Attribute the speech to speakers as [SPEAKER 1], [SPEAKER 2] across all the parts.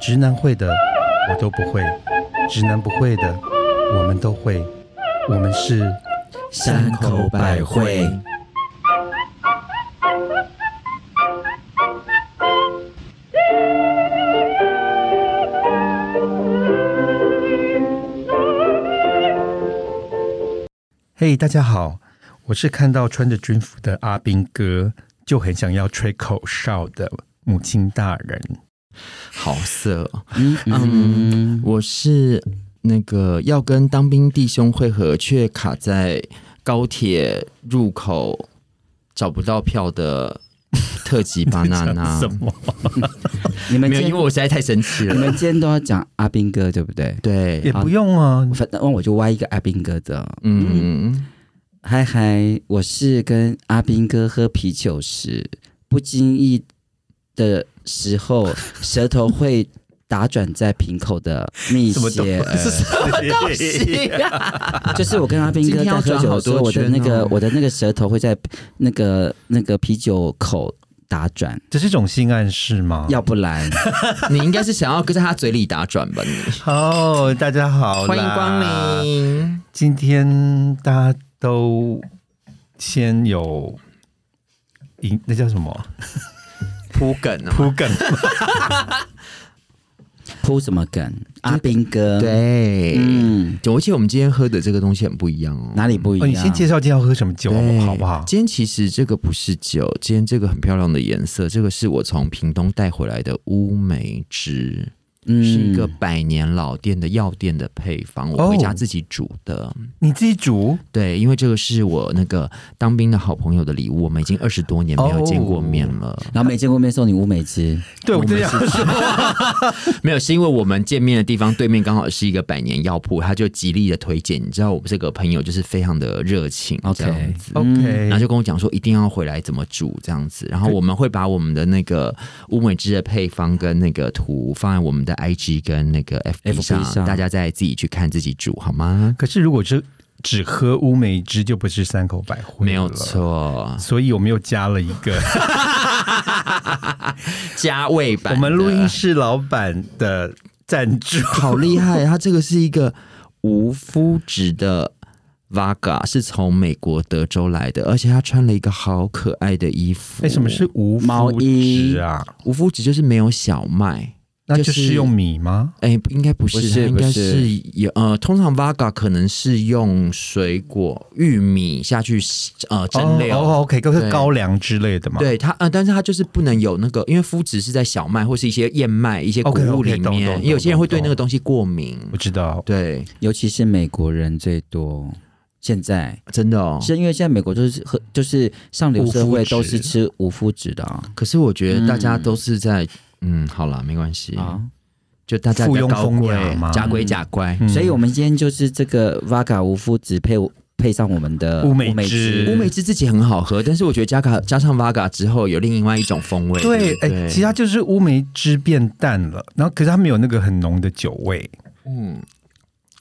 [SPEAKER 1] 直男会的我都不会，直男不会的我们都会，我们是
[SPEAKER 2] 山口百惠。
[SPEAKER 1] 嘿大家好，我是看到穿着军服的阿兵哥就很想要吹口哨的母亲大人。
[SPEAKER 2] 好色、哦。
[SPEAKER 3] 嗯
[SPEAKER 2] 嗯，我是那个要跟当兵弟兄会合，却卡在高铁入口找不到票的特级巴娜 娜
[SPEAKER 1] 什。么？
[SPEAKER 3] 你们
[SPEAKER 2] 没有，因为
[SPEAKER 3] 今天
[SPEAKER 2] 我实在太生气
[SPEAKER 3] 你
[SPEAKER 2] 了。
[SPEAKER 3] 们今天都要讲阿兵哥对不对？
[SPEAKER 1] 也
[SPEAKER 2] 对，
[SPEAKER 1] 不用啊，
[SPEAKER 3] 反正我就挖一个阿兵哥的。
[SPEAKER 2] 嗯，
[SPEAKER 3] 嗨嗨，我是跟阿兵哥喝啤酒时，不经意的时候，舌头会打转在瓶口的 蜜
[SPEAKER 1] 什么东
[SPEAKER 3] 雪
[SPEAKER 2] 啊
[SPEAKER 3] 儿。
[SPEAKER 1] 东西？
[SPEAKER 3] 就是我跟阿斌哥在喝酒的时候，我的那
[SPEAKER 2] 今天要转好多圈
[SPEAKER 3] 个
[SPEAKER 2] 哦
[SPEAKER 3] 我的那个舌头会在那个那个啤酒口打转，
[SPEAKER 1] 这是一种性暗示吗？
[SPEAKER 2] 哦
[SPEAKER 3] 要不 然
[SPEAKER 2] 你应该是想要在他嘴里打转吧？你
[SPEAKER 1] 好，大家好，
[SPEAKER 2] 欢迎光。临。
[SPEAKER 1] 今天大家都先有引，那叫什么
[SPEAKER 2] 铺梗哦，
[SPEAKER 1] 铺梗？啊
[SPEAKER 3] 铺什么梗？阿斌哥，，
[SPEAKER 2] 对，
[SPEAKER 3] 嗯，
[SPEAKER 2] 而且我们今天喝的这个东西很不一样哦。
[SPEAKER 3] 哪里不一
[SPEAKER 1] 哦，
[SPEAKER 3] 样？
[SPEAKER 1] 你先介绍今天要喝什么酒
[SPEAKER 2] 对
[SPEAKER 1] 好不好？
[SPEAKER 2] 今天其实这个不是酒，今天这个很漂亮的颜色，这个是我从屏东带回来的乌梅汁，
[SPEAKER 3] 嗯，
[SPEAKER 2] 是一个百年老店的药店的配方，我回
[SPEAKER 1] 哦
[SPEAKER 2] 家自己煮的。
[SPEAKER 1] 你自己煮，
[SPEAKER 2] 对，因为这个是我那个当兵的好朋友的礼物，我们已经二十多年没
[SPEAKER 1] 哦
[SPEAKER 2] 有见过面了。
[SPEAKER 3] 然后没见过面送你乌梅汁，
[SPEAKER 1] 对我这样说，
[SPEAKER 2] 没有，是因为我们见面的地方对面刚好是一个百年药铺，他就极力的推荐。你知道我们这个朋友就是非常的热情
[SPEAKER 3] OK
[SPEAKER 2] 这样子。
[SPEAKER 1] OK，
[SPEAKER 2] 然后就跟我讲说一定要回来怎么煮这样子，然后我们会把我们的那个乌梅汁的配方跟那个图放在我们的 IG 跟那个 FB
[SPEAKER 3] FB
[SPEAKER 2] 上，
[SPEAKER 3] 上
[SPEAKER 2] 大家再自己去看自己煮好吗？
[SPEAKER 1] 可是如果是只喝乌梅汁，就不是三口百惠，
[SPEAKER 2] 没有。错，
[SPEAKER 1] 所以我们又加了一个，
[SPEAKER 2] 加味版
[SPEAKER 1] 我
[SPEAKER 2] 的。
[SPEAKER 1] 们录音室老板的赞助，
[SPEAKER 2] 好厉害，它这个是一个无麸质的 Vaga，是从美国德州来的，而且他穿了一个好可爱的衣服。
[SPEAKER 1] 哎为什么是无
[SPEAKER 3] 毛
[SPEAKER 1] 麸
[SPEAKER 3] 衣
[SPEAKER 1] 质啊？
[SPEAKER 2] 无麸质？就是没有小麦。
[SPEAKER 1] 那就
[SPEAKER 2] 就是
[SPEAKER 1] 是用米吗？
[SPEAKER 2] 哎、应该不是，
[SPEAKER 3] 不是
[SPEAKER 2] 它应该
[SPEAKER 3] 不
[SPEAKER 2] 是
[SPEAKER 3] 是
[SPEAKER 2] 有呃，通常 Vaga 可能是用水果、玉米下去呃蒸馏。
[SPEAKER 1] 哦哦，OK，都
[SPEAKER 2] 对
[SPEAKER 1] 是高粱之类的嘛。
[SPEAKER 2] 对它，呃，但是它就是不能有那个，因为麸质是在小麦或是一些燕麦、一些谷
[SPEAKER 1] OK，OK，
[SPEAKER 2] 物里
[SPEAKER 1] 懂懂
[SPEAKER 2] 面，
[SPEAKER 1] 懂
[SPEAKER 2] 有些人会对
[SPEAKER 1] 懂
[SPEAKER 2] 那个东西过敏。
[SPEAKER 1] 我知道，
[SPEAKER 2] 对，
[SPEAKER 3] 尤其是美国人最多。现在
[SPEAKER 2] 真的哦。
[SPEAKER 3] 是因为现在美国就是喝，就是上流社
[SPEAKER 2] 无麸
[SPEAKER 3] 会
[SPEAKER 2] 质
[SPEAKER 3] 都是吃无麸质的啊。
[SPEAKER 2] 可是我觉得大家都是在，嗯，好了，没关系，
[SPEAKER 3] 啊
[SPEAKER 2] 就大家
[SPEAKER 1] 附
[SPEAKER 2] 比较
[SPEAKER 1] 庸
[SPEAKER 2] 高
[SPEAKER 1] 风
[SPEAKER 2] 贵
[SPEAKER 1] 雅嘛
[SPEAKER 2] 假鬼
[SPEAKER 3] 嗯
[SPEAKER 2] 假乖。
[SPEAKER 1] 嗯
[SPEAKER 3] 所以我们今天就是这个 Vaga 无麸质配配上我们的
[SPEAKER 1] 乌梅汁
[SPEAKER 2] 乌梅汁自己很好喝，但是我觉得加卡加上 Vaga 之后，有另外一种风味。
[SPEAKER 1] 对，
[SPEAKER 2] 不
[SPEAKER 1] 哎、其实它就是乌梅汁变淡了，然后可是它没有那个很浓的酒味，
[SPEAKER 2] 嗯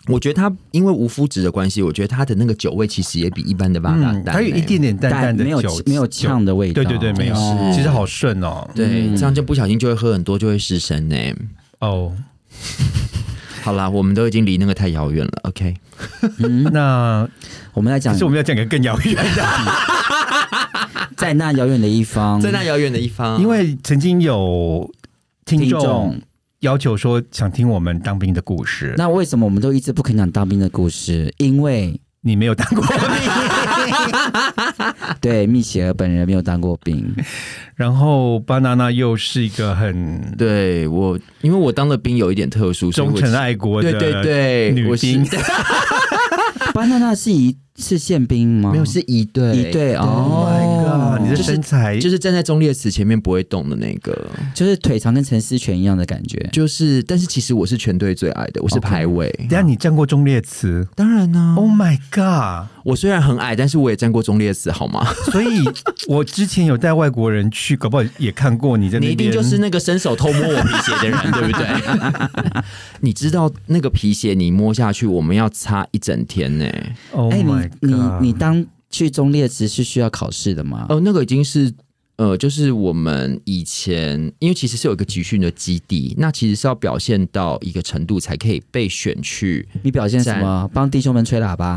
[SPEAKER 2] 我觉得它因为无麸质的关系，我觉得它的那个酒味其实也比一般的 Vaga 淡、
[SPEAKER 1] 它嗯有一点。点淡淡的
[SPEAKER 3] 没有
[SPEAKER 1] 酒，
[SPEAKER 3] 没有呛的味
[SPEAKER 1] 酒
[SPEAKER 3] 道。
[SPEAKER 1] 对对对，没有，
[SPEAKER 3] 哦
[SPEAKER 1] 其实好顺哦，
[SPEAKER 2] 对，
[SPEAKER 3] 嗯
[SPEAKER 2] 这样就不小心就会喝很多，就会失身呢、
[SPEAKER 1] 哦。
[SPEAKER 2] 好啦，我们都已经离那个太遥远了。OK，
[SPEAKER 1] 那
[SPEAKER 3] 嗯我们来
[SPEAKER 1] 可
[SPEAKER 3] 讲
[SPEAKER 1] 是我们要讲个更遥远的，
[SPEAKER 3] 在那遥远的一方，
[SPEAKER 2] 在那遥远的一方，
[SPEAKER 1] 嗯因为曾经有听
[SPEAKER 3] 听
[SPEAKER 1] 众
[SPEAKER 3] 众，
[SPEAKER 1] 要求说想听我们当兵的故事，
[SPEAKER 3] 那为什么我们都一直不肯讲当兵的故事？因为
[SPEAKER 1] 你没有当 过兵，
[SPEAKER 3] 对蜜雪儿本人没有当过兵，
[SPEAKER 1] 然后巴娜娜又是一个很
[SPEAKER 2] 对我，因为我当的兵有一点特殊，所以我
[SPEAKER 1] 忠诚爱国的
[SPEAKER 2] 对对对，
[SPEAKER 1] 女
[SPEAKER 2] 我是
[SPEAKER 1] 兵，
[SPEAKER 3] 巴娜娜是一是宪兵 吗？
[SPEAKER 2] 没有是一队
[SPEAKER 3] 一队
[SPEAKER 1] Oh
[SPEAKER 3] 哦
[SPEAKER 1] my god！你的
[SPEAKER 2] 就是
[SPEAKER 1] 身材
[SPEAKER 2] 就是站在中列词前面不会动的那个，
[SPEAKER 1] 哎
[SPEAKER 3] 就是腿长跟陈思全一样的感觉。
[SPEAKER 2] 就是，但是其实我是全队最矮的，我是
[SPEAKER 3] OK
[SPEAKER 2] 排位。
[SPEAKER 1] 等一下你站过中列祠
[SPEAKER 2] 当然呢、
[SPEAKER 1] ？Oh my god！
[SPEAKER 2] 我虽然很矮，但是我也站过中列词，好吗？
[SPEAKER 1] 所以我之前有带外国人去，搞不好也看过你在那
[SPEAKER 2] 你
[SPEAKER 1] 边。
[SPEAKER 2] 一定就是那个伸手偷摸我皮鞋的 人，对不对？你知道那个皮鞋你摸下去，我们要擦一整天呢、
[SPEAKER 1] Oh
[SPEAKER 3] 哎、
[SPEAKER 1] my
[SPEAKER 3] 你你
[SPEAKER 1] god！啊
[SPEAKER 3] 你当去中列时是需要考试的吗？
[SPEAKER 2] 哦哦，那个已经是呃，就是我们以前，因为其实是有一个集训的基地，那其实是要表现到一个程度才可以被选去。
[SPEAKER 3] 你表现什
[SPEAKER 2] 在
[SPEAKER 3] 么？帮弟兄们吹喇叭？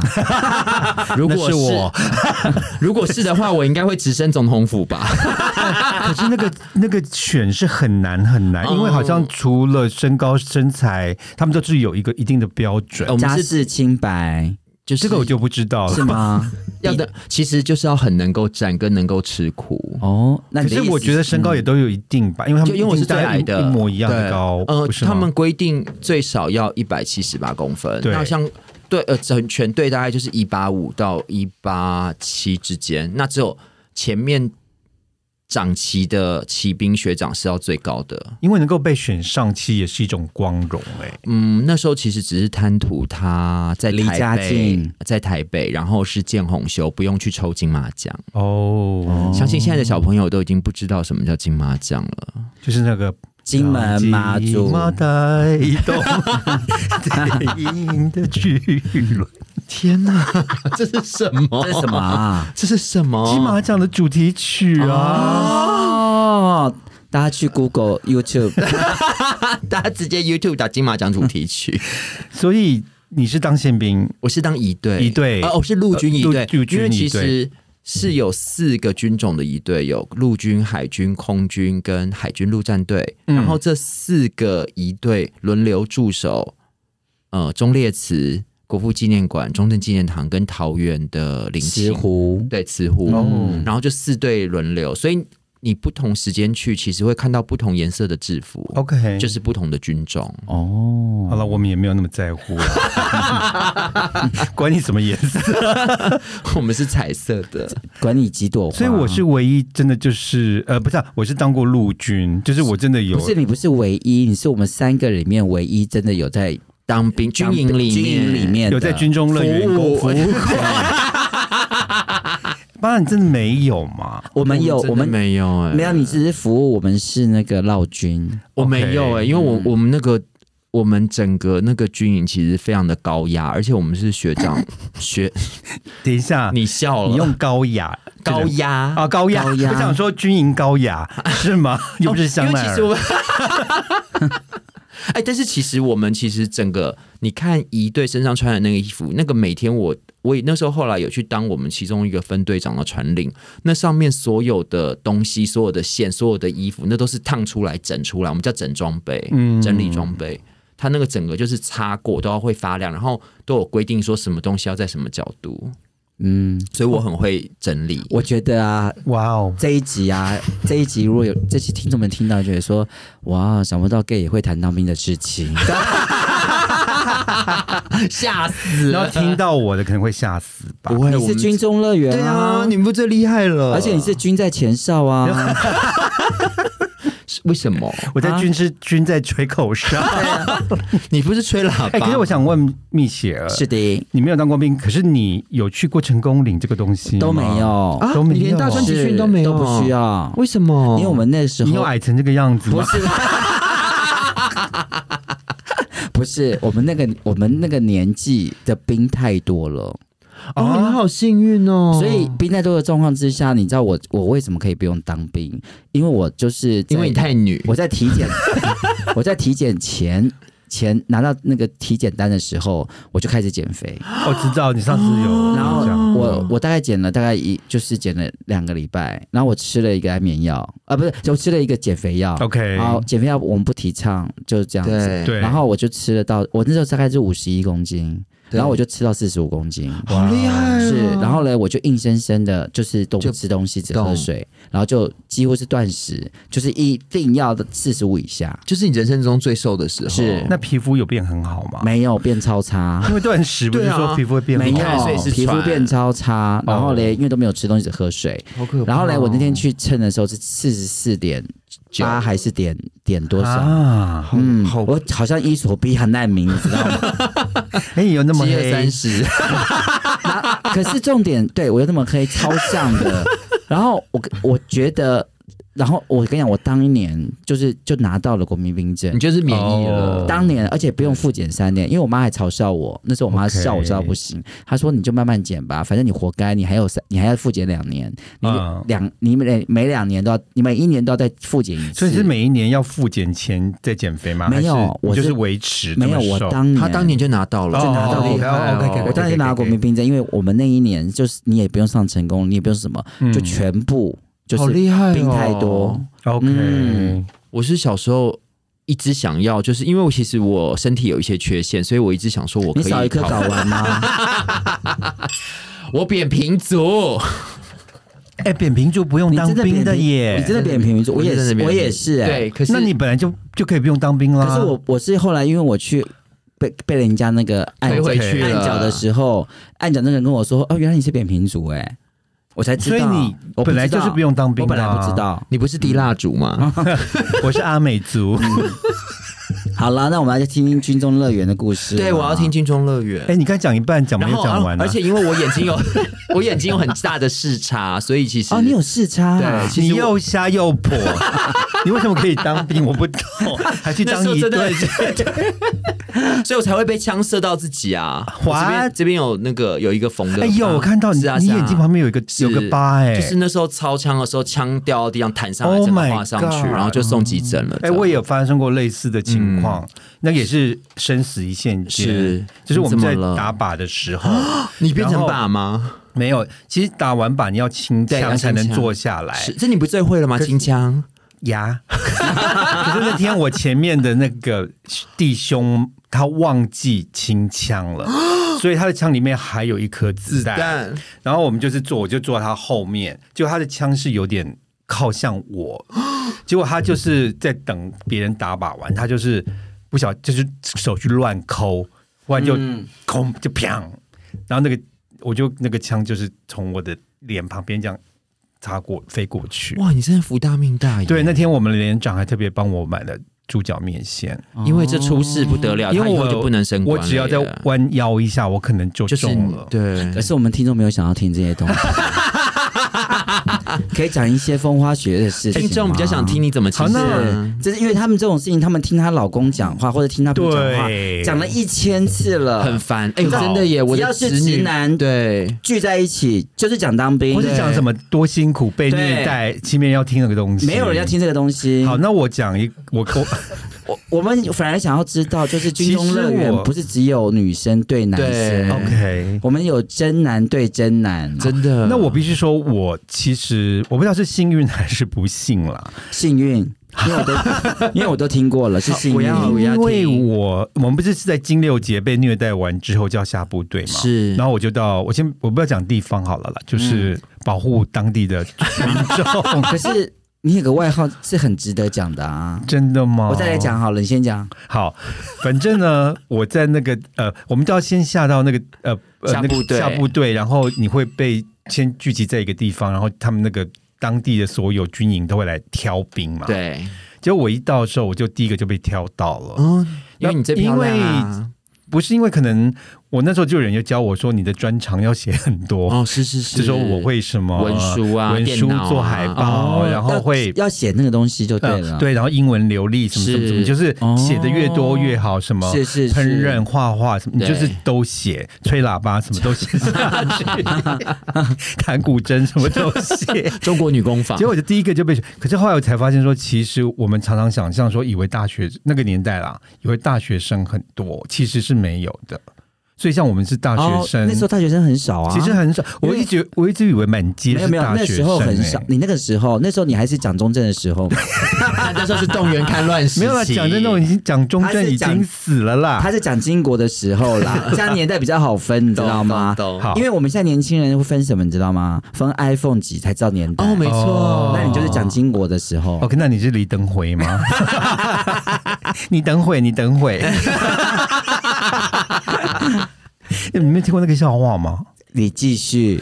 [SPEAKER 2] 如
[SPEAKER 1] 那
[SPEAKER 2] 果
[SPEAKER 1] 是我，
[SPEAKER 2] 如果是的话，我应该会直升总统府吧？
[SPEAKER 1] 可是那个那个选是很难很难，因为好像除了身高身材，他们都是有一个一定的标准
[SPEAKER 2] 呃。我
[SPEAKER 3] 家
[SPEAKER 2] 们是
[SPEAKER 3] 世 清白
[SPEAKER 2] 就是
[SPEAKER 1] 这个我就不知道
[SPEAKER 3] 是
[SPEAKER 1] 了。
[SPEAKER 3] 吗？
[SPEAKER 2] 要的，其实就是要很能够站跟能够吃苦。
[SPEAKER 3] 哦，那
[SPEAKER 1] 可
[SPEAKER 3] 你的
[SPEAKER 1] 是
[SPEAKER 3] 意思
[SPEAKER 1] 我觉得身高也都有一定吧，因为他
[SPEAKER 2] 嗯就
[SPEAKER 1] 们
[SPEAKER 2] 因为我是
[SPEAKER 1] 一定大
[SPEAKER 2] 最
[SPEAKER 1] 家
[SPEAKER 2] 矮的，
[SPEAKER 1] 一模一样的
[SPEAKER 2] 对
[SPEAKER 1] 高，
[SPEAKER 2] 呃
[SPEAKER 1] 不，是吗
[SPEAKER 2] 他们规定最少要一百七十八公分，
[SPEAKER 1] 对
[SPEAKER 2] 那像对呃整全队大概就是一八五到一八七之间，那只有前面长旗的骑兵学长是要最高的。
[SPEAKER 1] 因为能够被选上，其实也是一种光荣哎、
[SPEAKER 2] 嗯，那时候其实只是贪图他在
[SPEAKER 3] 离
[SPEAKER 2] 台
[SPEAKER 3] 家
[SPEAKER 2] 北
[SPEAKER 3] 近，
[SPEAKER 2] 在台北，然后是见红修，不用去抽金马奖。
[SPEAKER 1] 哦，
[SPEAKER 2] 相信现在的小朋友都已经不知道什么叫金马奖了。
[SPEAKER 1] 就是那个
[SPEAKER 3] 金门马祖
[SPEAKER 1] 金马带动 电影的巨轮，
[SPEAKER 2] 天哪，这是什么？
[SPEAKER 3] 这是什 么？啊？
[SPEAKER 2] 这是什么？
[SPEAKER 1] 金马奖的主题曲啊，
[SPEAKER 3] 哦，大家去 Google、YouTube，
[SPEAKER 2] 大家直接 YouTube 打金马奖主 题曲。
[SPEAKER 1] 所以你是当宪兵，
[SPEAKER 2] 我是当仪队，
[SPEAKER 1] 仪队
[SPEAKER 2] 哦，我是陆军仪队
[SPEAKER 1] 呃，陆陆军
[SPEAKER 2] 因为其
[SPEAKER 1] 仪队
[SPEAKER 2] 实是有四个军种的仪队，有陆军、海军、空军跟海军陆战队，
[SPEAKER 1] 嗯
[SPEAKER 2] 然后这四个仪队轮流驻守，呃，忠烈祠、国父纪念馆、中正纪念堂跟桃园的林
[SPEAKER 3] 石
[SPEAKER 2] 清
[SPEAKER 3] 湖
[SPEAKER 2] 对，慈湖，
[SPEAKER 1] 哦
[SPEAKER 2] 然后就四队轮流，所以你不同时间去，其实会看到不同颜色的制服，
[SPEAKER 1] ，OK，嗯
[SPEAKER 2] 就是不同的军种。
[SPEAKER 3] 哦，
[SPEAKER 1] 好了，我们也没有那么在乎了， 管你什么颜色。
[SPEAKER 2] 我们是彩色的，
[SPEAKER 3] 管你几朵花，
[SPEAKER 1] 所以我是唯一真的就是呃，不是、啊，我是当过陆军，就是我真的有
[SPEAKER 3] 不是你不是唯一，你是我们三个里面唯一真的有在
[SPEAKER 2] 当兵军
[SPEAKER 3] 当
[SPEAKER 2] 营里面，
[SPEAKER 3] 军营里面的
[SPEAKER 1] 有在军中乐园
[SPEAKER 2] 服务
[SPEAKER 1] 工服务过。 爸，你真的没有吗？
[SPEAKER 3] 我们有我
[SPEAKER 2] 真的
[SPEAKER 3] 们
[SPEAKER 2] 没有哎、
[SPEAKER 3] 没有，你只是服务我们是那个绕军，
[SPEAKER 2] 我没有
[SPEAKER 1] OK
[SPEAKER 2] 哎、因为
[SPEAKER 3] 嗯
[SPEAKER 2] 我我们那个我们整个那个军营其实非常的高压，而且我们是学 长学，
[SPEAKER 1] 等一下，你
[SPEAKER 2] 你笑了，
[SPEAKER 1] 用高雅
[SPEAKER 2] 高压
[SPEAKER 1] 啊高雅，
[SPEAKER 3] 高雅
[SPEAKER 1] 我想说军营高雅是吗？又不是香
[SPEAKER 2] 哦因为
[SPEAKER 1] 奈
[SPEAKER 2] 其
[SPEAKER 1] 儿
[SPEAKER 2] 实我们， 哎，但是其实我们其实整个，你看一队身上穿的那个衣服，那个每天我我也那时候后来有去当我们其中一个分队长的传令，那上面所有的东西、所有的线、所有的衣服，那都是烫出来、整出来，我们叫整装备、
[SPEAKER 1] 嗯
[SPEAKER 2] 整理装备。它那个整个就是擦过都要会发亮，然后都有规定说什么东西要在什么角度，
[SPEAKER 3] 嗯，
[SPEAKER 2] 所以我很会整理。
[SPEAKER 3] 我觉得啊。
[SPEAKER 1] 哇哦，
[SPEAKER 3] 这一集啊，这一集如果有这期听众们听到，觉得说哇，想不到 gay 也会谈当兵的事 情，
[SPEAKER 2] 吓死啊
[SPEAKER 1] 然后听到我的可能会吓死吧。
[SPEAKER 2] 不会，
[SPEAKER 3] 你
[SPEAKER 2] 我
[SPEAKER 3] 是
[SPEAKER 2] 们
[SPEAKER 3] 军中乐园
[SPEAKER 2] 对啊，你们最厉害了，
[SPEAKER 3] 而且你是军在前哨啊，
[SPEAKER 2] 为什么？
[SPEAKER 1] 我在军是军在吹口哨，
[SPEAKER 2] 你不是吹喇叭？
[SPEAKER 1] 哎，可是我想问蜜雪儿，
[SPEAKER 3] 是的，
[SPEAKER 1] 你没有当过兵，可是你有去过成功岭这个东西吗
[SPEAKER 3] 都没？有，
[SPEAKER 2] 啊
[SPEAKER 1] 都没有
[SPEAKER 2] 你连大专集训都没有，
[SPEAKER 3] 都不需。要，
[SPEAKER 2] 为什么？
[SPEAKER 3] 因为我们那时
[SPEAKER 1] 你有
[SPEAKER 3] 候
[SPEAKER 1] 矮成这个样子
[SPEAKER 3] 不
[SPEAKER 1] 吗？
[SPEAKER 3] 是， 不是我们那个我们那个年纪的兵太多了，
[SPEAKER 2] 哦，你们好幸运哦。
[SPEAKER 3] 所以兵太多的状况之下，你知道我我为什么可以不用当兵？因为我就是在
[SPEAKER 2] 因为你太女，
[SPEAKER 3] 我在体检， 我在体检前。前拿到那个体检单的时候，我就开始减肥，
[SPEAKER 1] 哦我知道你上次
[SPEAKER 2] 哦
[SPEAKER 1] 有
[SPEAKER 3] 哦然后
[SPEAKER 1] 讲
[SPEAKER 3] 我我大概减了大概一就是减了两个礼拜，然后我吃了一个安眠药啊，不是，就吃了一个减肥药。
[SPEAKER 1] ，OK，
[SPEAKER 3] 然后减肥药我们不提倡，就是这样子。
[SPEAKER 2] 对
[SPEAKER 1] 对，
[SPEAKER 3] 然后我就吃了到我那时候大概是五十一公斤，
[SPEAKER 2] 对
[SPEAKER 3] 然后我就吃到四十五公斤，
[SPEAKER 2] 好厉害哦，
[SPEAKER 3] 是，然后呢，我就硬生生的就是都不吃东西，只喝
[SPEAKER 2] 动
[SPEAKER 3] 水，然后就几乎是断食，就是一定要的四十五以下，
[SPEAKER 2] 就是你人生中最瘦的时候。
[SPEAKER 3] 是
[SPEAKER 1] 那皮肤有变很好
[SPEAKER 2] 哦
[SPEAKER 1] 吗？
[SPEAKER 3] 没有变超差。
[SPEAKER 1] 因为断食不是
[SPEAKER 2] 对啊
[SPEAKER 1] 说皮肤会变
[SPEAKER 3] 没
[SPEAKER 1] 很
[SPEAKER 3] 有
[SPEAKER 1] 好吗，
[SPEAKER 2] 所以是
[SPEAKER 3] 皮肤
[SPEAKER 2] 喘
[SPEAKER 3] 变超差，然后
[SPEAKER 1] 哦
[SPEAKER 3] 嘞，因为都没有吃东西，只喝水，
[SPEAKER 2] 好可怕
[SPEAKER 3] 然
[SPEAKER 2] 哦
[SPEAKER 3] 后嘞，我那天去称的时候是四十四点
[SPEAKER 2] 九
[SPEAKER 3] 八还是点点多少？
[SPEAKER 1] 啊？
[SPEAKER 3] 嗯，
[SPEAKER 2] 好
[SPEAKER 3] 我好像伊索比亚难民，你知道吗？
[SPEAKER 1] 哎，有那么
[SPEAKER 2] 饥饿
[SPEAKER 1] 黑
[SPEAKER 2] 三，十，
[SPEAKER 3] 可是重点对我又那么黑，超像的。然后我我觉得，然后我跟你讲，我当年就是就拿到了国民兵证
[SPEAKER 2] 你，就是免疫了。
[SPEAKER 1] 哦
[SPEAKER 3] 当年而且不用复检三年，因为我妈还嘲笑我，那时候我妈
[SPEAKER 1] OK
[SPEAKER 3] 笑我笑到不行，她说你就慢慢检吧，反正你活该，你还有三，你还要复检两年，你
[SPEAKER 1] 嗯
[SPEAKER 3] 两、你每每两年都要，你每一年都要再复检一次，
[SPEAKER 1] 所以是每一年要复检前再减肥吗？
[SPEAKER 3] 没有
[SPEAKER 1] 还是你
[SPEAKER 3] 我
[SPEAKER 1] 就是是维持这
[SPEAKER 3] 没
[SPEAKER 1] 么
[SPEAKER 3] 有
[SPEAKER 1] 瘦。
[SPEAKER 3] 我当年
[SPEAKER 2] 他当年就拿到了，
[SPEAKER 1] 哦
[SPEAKER 3] 就拿到了
[SPEAKER 1] 哦，OK，OK，OK，OK，OK，OK
[SPEAKER 3] 我当然就拿到国民兵证，因为我们那一年就是你也不用上成功，你也不用什么，
[SPEAKER 1] 嗯
[SPEAKER 3] 就全部就
[SPEAKER 2] 好
[SPEAKER 3] 是
[SPEAKER 2] 厉害、哦，
[SPEAKER 3] 病太多。
[SPEAKER 1] OK，、
[SPEAKER 3] 嗯
[SPEAKER 2] 我是小时候一直想要，就是因为我其实我身体有一些缺陷，所以我一直想说我可
[SPEAKER 3] 你
[SPEAKER 2] 以
[SPEAKER 3] 少一颗
[SPEAKER 2] 考
[SPEAKER 3] 睾丸吗？
[SPEAKER 2] 我扁平足。
[SPEAKER 1] 哎、扁平足不用
[SPEAKER 3] 你
[SPEAKER 1] 当
[SPEAKER 3] 真的
[SPEAKER 1] 兵
[SPEAKER 3] 扁
[SPEAKER 1] 的
[SPEAKER 3] 平
[SPEAKER 1] 耶，
[SPEAKER 3] 你真的扁平足，我也
[SPEAKER 2] 真的
[SPEAKER 3] 是，
[SPEAKER 2] 扁
[SPEAKER 3] 我
[SPEAKER 2] 平
[SPEAKER 3] 也是，哎
[SPEAKER 2] 对，可是
[SPEAKER 1] 那你本来就就可以不用当兵啦。
[SPEAKER 3] 可是我我是后来因为我去被被人家那个按
[SPEAKER 2] 推回去了
[SPEAKER 3] 按脚 的时候，按脚那个人跟我说：“哦，原来你是扁平足。”哎，我才知
[SPEAKER 1] 所
[SPEAKER 3] 道。
[SPEAKER 1] 以你
[SPEAKER 3] 我
[SPEAKER 1] 本来
[SPEAKER 3] 知
[SPEAKER 1] 就
[SPEAKER 3] 道
[SPEAKER 1] 是不用当兵
[SPEAKER 3] 我
[SPEAKER 1] 的
[SPEAKER 3] 本来
[SPEAKER 1] 啊、
[SPEAKER 3] 不知道。
[SPEAKER 2] 你不是滴蜡烛吗？
[SPEAKER 1] 我是阿美族。
[SPEAKER 2] 嗯
[SPEAKER 3] 好了，那我们来听听军中乐园的故 事。。
[SPEAKER 2] 对，我要听《
[SPEAKER 3] 啊
[SPEAKER 2] 军中乐园
[SPEAKER 1] 啊哎、》。你刚讲一半，讲没
[SPEAKER 2] 然
[SPEAKER 1] 有
[SPEAKER 2] 后
[SPEAKER 1] 讲完、啊，
[SPEAKER 2] 而且因为我眼睛有 我眼睛有很大的视差，所以其实
[SPEAKER 3] 哦，你有视差啊、
[SPEAKER 2] 呃对其
[SPEAKER 1] 你
[SPEAKER 2] 实我
[SPEAKER 1] 又瞎又 跛，你为什么可以当兵？我不懂，还去
[SPEAKER 2] 那
[SPEAKER 1] 当
[SPEAKER 2] 时候
[SPEAKER 1] 一
[SPEAKER 2] 真的
[SPEAKER 1] 队？
[SPEAKER 2] 很对， 所以我才会被枪射到自己啊。我这
[SPEAKER 1] What？
[SPEAKER 2] 边这边有那个有一个缝的，
[SPEAKER 1] 哎呦，我看到你，
[SPEAKER 2] 是啊
[SPEAKER 1] 你
[SPEAKER 2] 是啊
[SPEAKER 1] 眼睛旁边有一个
[SPEAKER 2] 是
[SPEAKER 1] 有个疤、哎，
[SPEAKER 2] 就是那时候操枪的时候，枪掉到地上弹上来，
[SPEAKER 1] Oh
[SPEAKER 2] 整个
[SPEAKER 1] my
[SPEAKER 2] 画上去
[SPEAKER 1] God
[SPEAKER 2] 然后就送急诊了。
[SPEAKER 1] 哎、我也有发生过类似的情况，那也是生死一线间，
[SPEAKER 2] 嗯是
[SPEAKER 1] 就是我们
[SPEAKER 2] 你怎
[SPEAKER 1] 在
[SPEAKER 2] 么了
[SPEAKER 1] 打靶的时候，
[SPEAKER 2] 你变成
[SPEAKER 1] 然后
[SPEAKER 2] 靶吗？
[SPEAKER 1] 没有，其实打完靶你要清
[SPEAKER 2] 对要
[SPEAKER 1] 枪才能
[SPEAKER 2] 清枪
[SPEAKER 1] 坐下来，
[SPEAKER 2] 是，这你不最会了吗？清枪
[SPEAKER 1] 呀， 可是那天我前面的那个弟兄他忘记清枪 了，所以他的枪里面还有一颗子弹。
[SPEAKER 2] 但
[SPEAKER 1] 然后我们就是坐，我就坐在他后面，结果他的枪是有点靠向 我，结果他就是在等别人打靶完，他就是不小，就是手去乱抠，忽然就
[SPEAKER 2] 嗯
[SPEAKER 1] 空、就砰，然后那个我就那个枪就是从我的脸旁边这样擦过飞过去。
[SPEAKER 2] 哇，你真的福大命大耶！
[SPEAKER 1] 对，那天我们连长还特别帮我买了猪脚面线，
[SPEAKER 2] 因为这出事不得了，
[SPEAKER 1] 哦因
[SPEAKER 2] 啊他
[SPEAKER 1] 为
[SPEAKER 2] 以后
[SPEAKER 1] 我
[SPEAKER 2] 就不能升官
[SPEAKER 1] 我
[SPEAKER 2] 了
[SPEAKER 1] 只要再
[SPEAKER 2] 耶
[SPEAKER 1] 弯腰一下，我可能就
[SPEAKER 2] 就是
[SPEAKER 1] 中了。
[SPEAKER 2] 对
[SPEAKER 3] 可。是我们听众没有想要听这些东西，可以讲一些风花雪月的事情吗。
[SPEAKER 2] 听众比较想听你怎么清
[SPEAKER 1] 好那
[SPEAKER 2] 枪，
[SPEAKER 3] 就是因为他们哦这种事情，他们听她老公讲话或者听她朋友讲话，
[SPEAKER 1] 对
[SPEAKER 3] 讲了一千次了，
[SPEAKER 2] 很烦。哎，
[SPEAKER 1] 呃知道
[SPEAKER 2] 真的耶，我
[SPEAKER 3] 只
[SPEAKER 2] 的
[SPEAKER 3] 要是
[SPEAKER 2] 侄女
[SPEAKER 3] 直男
[SPEAKER 2] 对，
[SPEAKER 3] 聚在一起就是讲当兵，
[SPEAKER 1] 或是讲什么多辛苦被虐待，欺面要听那个东西，
[SPEAKER 3] 没有人要。听这个东西。
[SPEAKER 1] 好，，那我讲一，我我
[SPEAKER 2] 哎
[SPEAKER 3] 我们反而想要知道，就是军中乐
[SPEAKER 1] 其实
[SPEAKER 3] 园
[SPEAKER 1] 我
[SPEAKER 3] 不是只有女生对男
[SPEAKER 2] 对
[SPEAKER 3] 生，
[SPEAKER 1] OK。
[SPEAKER 3] 我们有真男对真男，
[SPEAKER 2] 真的。
[SPEAKER 1] 那我必须说，我其实我不知道是幸运还是不幸啦，
[SPEAKER 3] 幸运，因为我 都因为我都听过了，是幸
[SPEAKER 2] 我
[SPEAKER 3] 运。
[SPEAKER 2] 要
[SPEAKER 1] 因为
[SPEAKER 2] 听
[SPEAKER 1] 我我们不是是在金六节被虐待完之后就要下部队嘛，
[SPEAKER 2] 是
[SPEAKER 1] 然后我就到，我先我不要讲地方好了啦，
[SPEAKER 2] 嗯
[SPEAKER 1] 就是保护当地的群众。
[SPEAKER 3] 可是你有个外号是很值得讲的啊，
[SPEAKER 1] 真的吗？
[SPEAKER 3] 我再来讲好了，你先讲。
[SPEAKER 1] 好，反正呢，我在那个呃，我们就要先下到那个呃呃
[SPEAKER 2] 下部队
[SPEAKER 1] 那个下部队，然后你会被先聚集在一个地方，然后他们那个当地的所有军营都会来挑兵嘛。，
[SPEAKER 2] 对，
[SPEAKER 1] 结果我一到的时候，我就第一个就被挑到了，
[SPEAKER 2] 嗯，因为你最漂亮
[SPEAKER 1] 因
[SPEAKER 2] 啊。
[SPEAKER 1] 不是因为可能我那时候就有人就教我说你的专长要写很多，
[SPEAKER 2] 哦，是是是，
[SPEAKER 1] 就说我会什么
[SPEAKER 2] 文书啊
[SPEAKER 1] 文书
[SPEAKER 2] 电脑啊
[SPEAKER 1] 做海报，
[SPEAKER 2] 哦
[SPEAKER 1] 然后会。
[SPEAKER 3] 要要写那个东西就对
[SPEAKER 1] 呃
[SPEAKER 3] 了，，哦
[SPEAKER 1] 对，然后英文流利，什么什么什么，
[SPEAKER 2] 是
[SPEAKER 1] 就是写的越多越好，什么
[SPEAKER 3] 是是是
[SPEAKER 1] 烹饪、画画什么，你
[SPEAKER 2] 对
[SPEAKER 1] 就是都写，吹喇叭什么都写下去， 弹古筝什么都 写。
[SPEAKER 2] 中国女工坊
[SPEAKER 1] 结果我就第一个就被选，可是后来我才发现说，其实我们常常想象说，以为大学那个年代啦，以为大学生很多，其实是没有的。所以像我们是大学生，
[SPEAKER 3] 哦、那时候大学生很少啊，
[SPEAKER 1] 其实很少，我一直我一直以为满街
[SPEAKER 3] 没有
[SPEAKER 1] 是
[SPEAKER 3] 没有，
[SPEAKER 1] 大
[SPEAKER 3] 那
[SPEAKER 1] 学生、
[SPEAKER 3] 时候很少
[SPEAKER 1] 欸。
[SPEAKER 3] 你那个时候，那时候你还是蒋中正的时 候嘛，
[SPEAKER 2] 那时候是动员戡乱时期，
[SPEAKER 1] 没有啦，讲真的，我已经讲中
[SPEAKER 3] 他
[SPEAKER 1] 正
[SPEAKER 3] 是
[SPEAKER 1] 已
[SPEAKER 3] 讲
[SPEAKER 1] 经死了啦。
[SPEAKER 3] 他是蒋经国的时候 啦，这样年代比较好分，你知
[SPEAKER 2] 懂
[SPEAKER 3] 道吗？
[SPEAKER 2] 懂懂
[SPEAKER 1] 好
[SPEAKER 3] 因为我们现在年轻人会分什么，你知道吗？分 iPhone 几才知道年代。
[SPEAKER 2] 哦，没
[SPEAKER 1] 哦
[SPEAKER 2] 错，
[SPEAKER 3] 那你就是蒋经国的时候。
[SPEAKER 1] OK，那你是李登辉 吗？你等会，你等会。你没有听过那个笑话吗？
[SPEAKER 3] 你继续，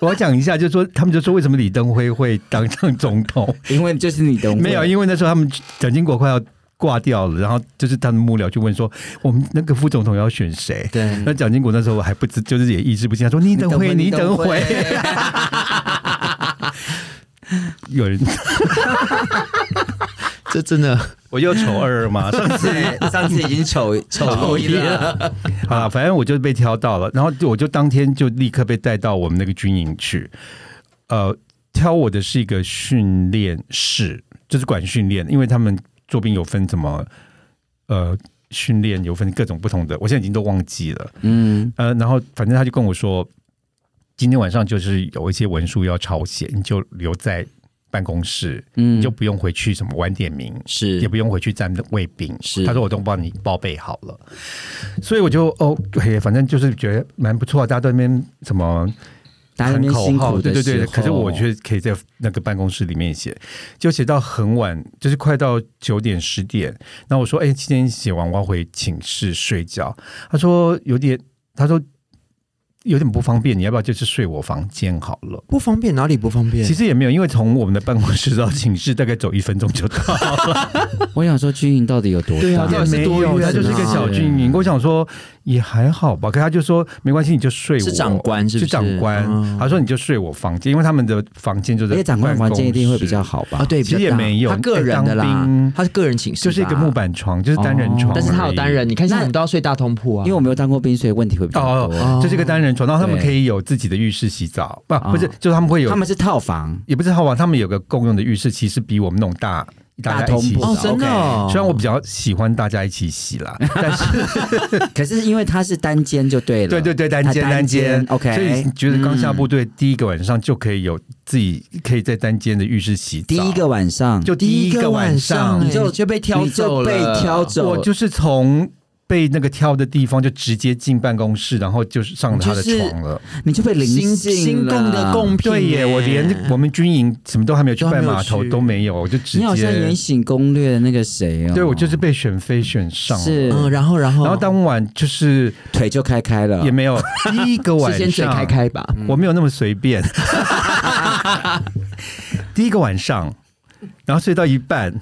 [SPEAKER 1] 我要讲一下，就说他们就说为什么李登辉会当上总 统？
[SPEAKER 3] 因为就是你懂。
[SPEAKER 1] 没有，因为那时候他们蒋经国快要挂掉了，然后就是他们幕僚就问说，我们那个副总统要选谁？
[SPEAKER 2] 对
[SPEAKER 1] 那蒋经国那时候还不知，就是也意识不清，他说你等
[SPEAKER 3] 你等
[SPEAKER 1] 会，
[SPEAKER 3] 会
[SPEAKER 1] 你等
[SPEAKER 3] 你等
[SPEAKER 1] 会。 有人，
[SPEAKER 2] 这真 的
[SPEAKER 1] 我又丑二嘛，上 次
[SPEAKER 3] 对，上次已经丑丑一了，
[SPEAKER 1] 好啦，啊反正我就被挑到了，然后就我就当天就立刻被带到我们那个军营去。呃，挑我的是一个训练室，就是管训练，因为他们做兵有分什么，呃，训练有分各种不同的，我现在已经都忘记了。
[SPEAKER 3] 嗯，
[SPEAKER 1] 呃，然后反正他就跟我说，今天晚上就是有一些文书要抄写，你就留在办公室，
[SPEAKER 3] 嗯
[SPEAKER 1] 你就不用回去什么晚点名，
[SPEAKER 2] 是
[SPEAKER 1] 也不用回去站卫兵。
[SPEAKER 2] 是
[SPEAKER 1] 他说我都帮你报备好了，所以我就哦，对，反正就是觉得蛮不错，大家都在那边什么
[SPEAKER 3] 大家那边辛
[SPEAKER 1] 口号
[SPEAKER 3] 苦
[SPEAKER 1] 对
[SPEAKER 3] 的
[SPEAKER 1] 对对。
[SPEAKER 3] 时候
[SPEAKER 1] 可是我却可以在那个办公室里面写，就写到很晚，就是快到九点十点。那我说，哎，今天写完我要回寝室睡觉。他说有点，他说有点不方便，你要不要就是睡我房间好了？
[SPEAKER 2] 不方便，哪里不方便？
[SPEAKER 1] 其实也没有，因为从我们的办公室到寝室大概走一分钟 就到了。
[SPEAKER 3] 我想说军营到底有多
[SPEAKER 2] 对 啊
[SPEAKER 3] 大？
[SPEAKER 2] 到
[SPEAKER 1] 也
[SPEAKER 2] 底是
[SPEAKER 1] 没
[SPEAKER 2] 多
[SPEAKER 1] 有，
[SPEAKER 2] 远
[SPEAKER 1] 他就是一个
[SPEAKER 2] 啊
[SPEAKER 1] 小军营。我想说也还好吧，可他就说没关系，你就睡我
[SPEAKER 2] 是长官是不是
[SPEAKER 1] 长官
[SPEAKER 2] 嗯，
[SPEAKER 1] 他说你就睡我房间，因为他们的房间就
[SPEAKER 3] 而
[SPEAKER 1] 在
[SPEAKER 3] 哎且长官
[SPEAKER 1] 办
[SPEAKER 3] 房
[SPEAKER 1] 公
[SPEAKER 3] 间一定会比
[SPEAKER 1] 室
[SPEAKER 3] 较好吧？
[SPEAKER 2] 啊，对，比
[SPEAKER 1] 其
[SPEAKER 2] 较
[SPEAKER 1] 实也
[SPEAKER 2] 大
[SPEAKER 1] 没有
[SPEAKER 2] 他个人的
[SPEAKER 1] 哎
[SPEAKER 2] 啦
[SPEAKER 1] 当兵，
[SPEAKER 2] 他是个人寝室吧，哦
[SPEAKER 1] 就是一个木板床，就是单人床而已，
[SPEAKER 2] 但是他有单人，你看像我们都要睡大通铺啊，
[SPEAKER 3] 因为我没有当过兵，所以问题会比较
[SPEAKER 1] 哦，
[SPEAKER 3] 多。
[SPEAKER 1] 哦，就是一个单人床，然后他们
[SPEAKER 3] 对
[SPEAKER 1] 可以有自己的浴室洗澡，不
[SPEAKER 3] 哦
[SPEAKER 1] 不是，就是他们会有
[SPEAKER 3] 他，们是套房，
[SPEAKER 1] 也不是好玩，他们有个共用的浴室，其实比我们那种大。大家一起洗
[SPEAKER 3] 大通
[SPEAKER 2] 哦，
[SPEAKER 3] 铺
[SPEAKER 1] 澡
[SPEAKER 2] 真的哦，
[SPEAKER 1] 虽然我比较喜欢大家一起洗啦，但是
[SPEAKER 3] 可是因为它是单间就对了。
[SPEAKER 1] 对对对，单间
[SPEAKER 3] 啊
[SPEAKER 1] 单间
[SPEAKER 3] 间，OK 嗯
[SPEAKER 1] 所以你觉得刚下部队第一个晚上就可以有自己可以在单间的浴室洗澡？
[SPEAKER 3] 第一个晚上
[SPEAKER 1] 就第一个嗯晚上
[SPEAKER 2] 哎
[SPEAKER 3] 你就
[SPEAKER 2] 就被挑
[SPEAKER 3] 你
[SPEAKER 2] 走
[SPEAKER 3] 就
[SPEAKER 2] 了，
[SPEAKER 3] 被挑走
[SPEAKER 1] 我
[SPEAKER 3] 了，
[SPEAKER 1] 就是从被那个挑的地方就直接进办公室，然后就是上了他的
[SPEAKER 3] 就是
[SPEAKER 1] 床了。
[SPEAKER 3] 你就被灵
[SPEAKER 2] 心
[SPEAKER 3] 性
[SPEAKER 2] 心
[SPEAKER 3] 了
[SPEAKER 2] 动的共频
[SPEAKER 1] 对耶，
[SPEAKER 2] 耶，
[SPEAKER 1] 我连我们军营什么都还没有去
[SPEAKER 2] 都还
[SPEAKER 1] 拜
[SPEAKER 2] 没有
[SPEAKER 1] 码头
[SPEAKER 2] 去
[SPEAKER 1] 都没有，我就直
[SPEAKER 3] 你好像《
[SPEAKER 1] 接
[SPEAKER 3] 原醒攻略》的那个谁哦，
[SPEAKER 1] 对我就是被选妃选上了。
[SPEAKER 3] 是
[SPEAKER 2] 嗯，然后然后
[SPEAKER 1] 然后当晚就是
[SPEAKER 3] 腿就开开了
[SPEAKER 1] 也，没有第一个晚
[SPEAKER 2] 是先嘴
[SPEAKER 1] 上
[SPEAKER 2] 开开吧，
[SPEAKER 1] 我没有那么随便。第一个晚上，然后睡到一半，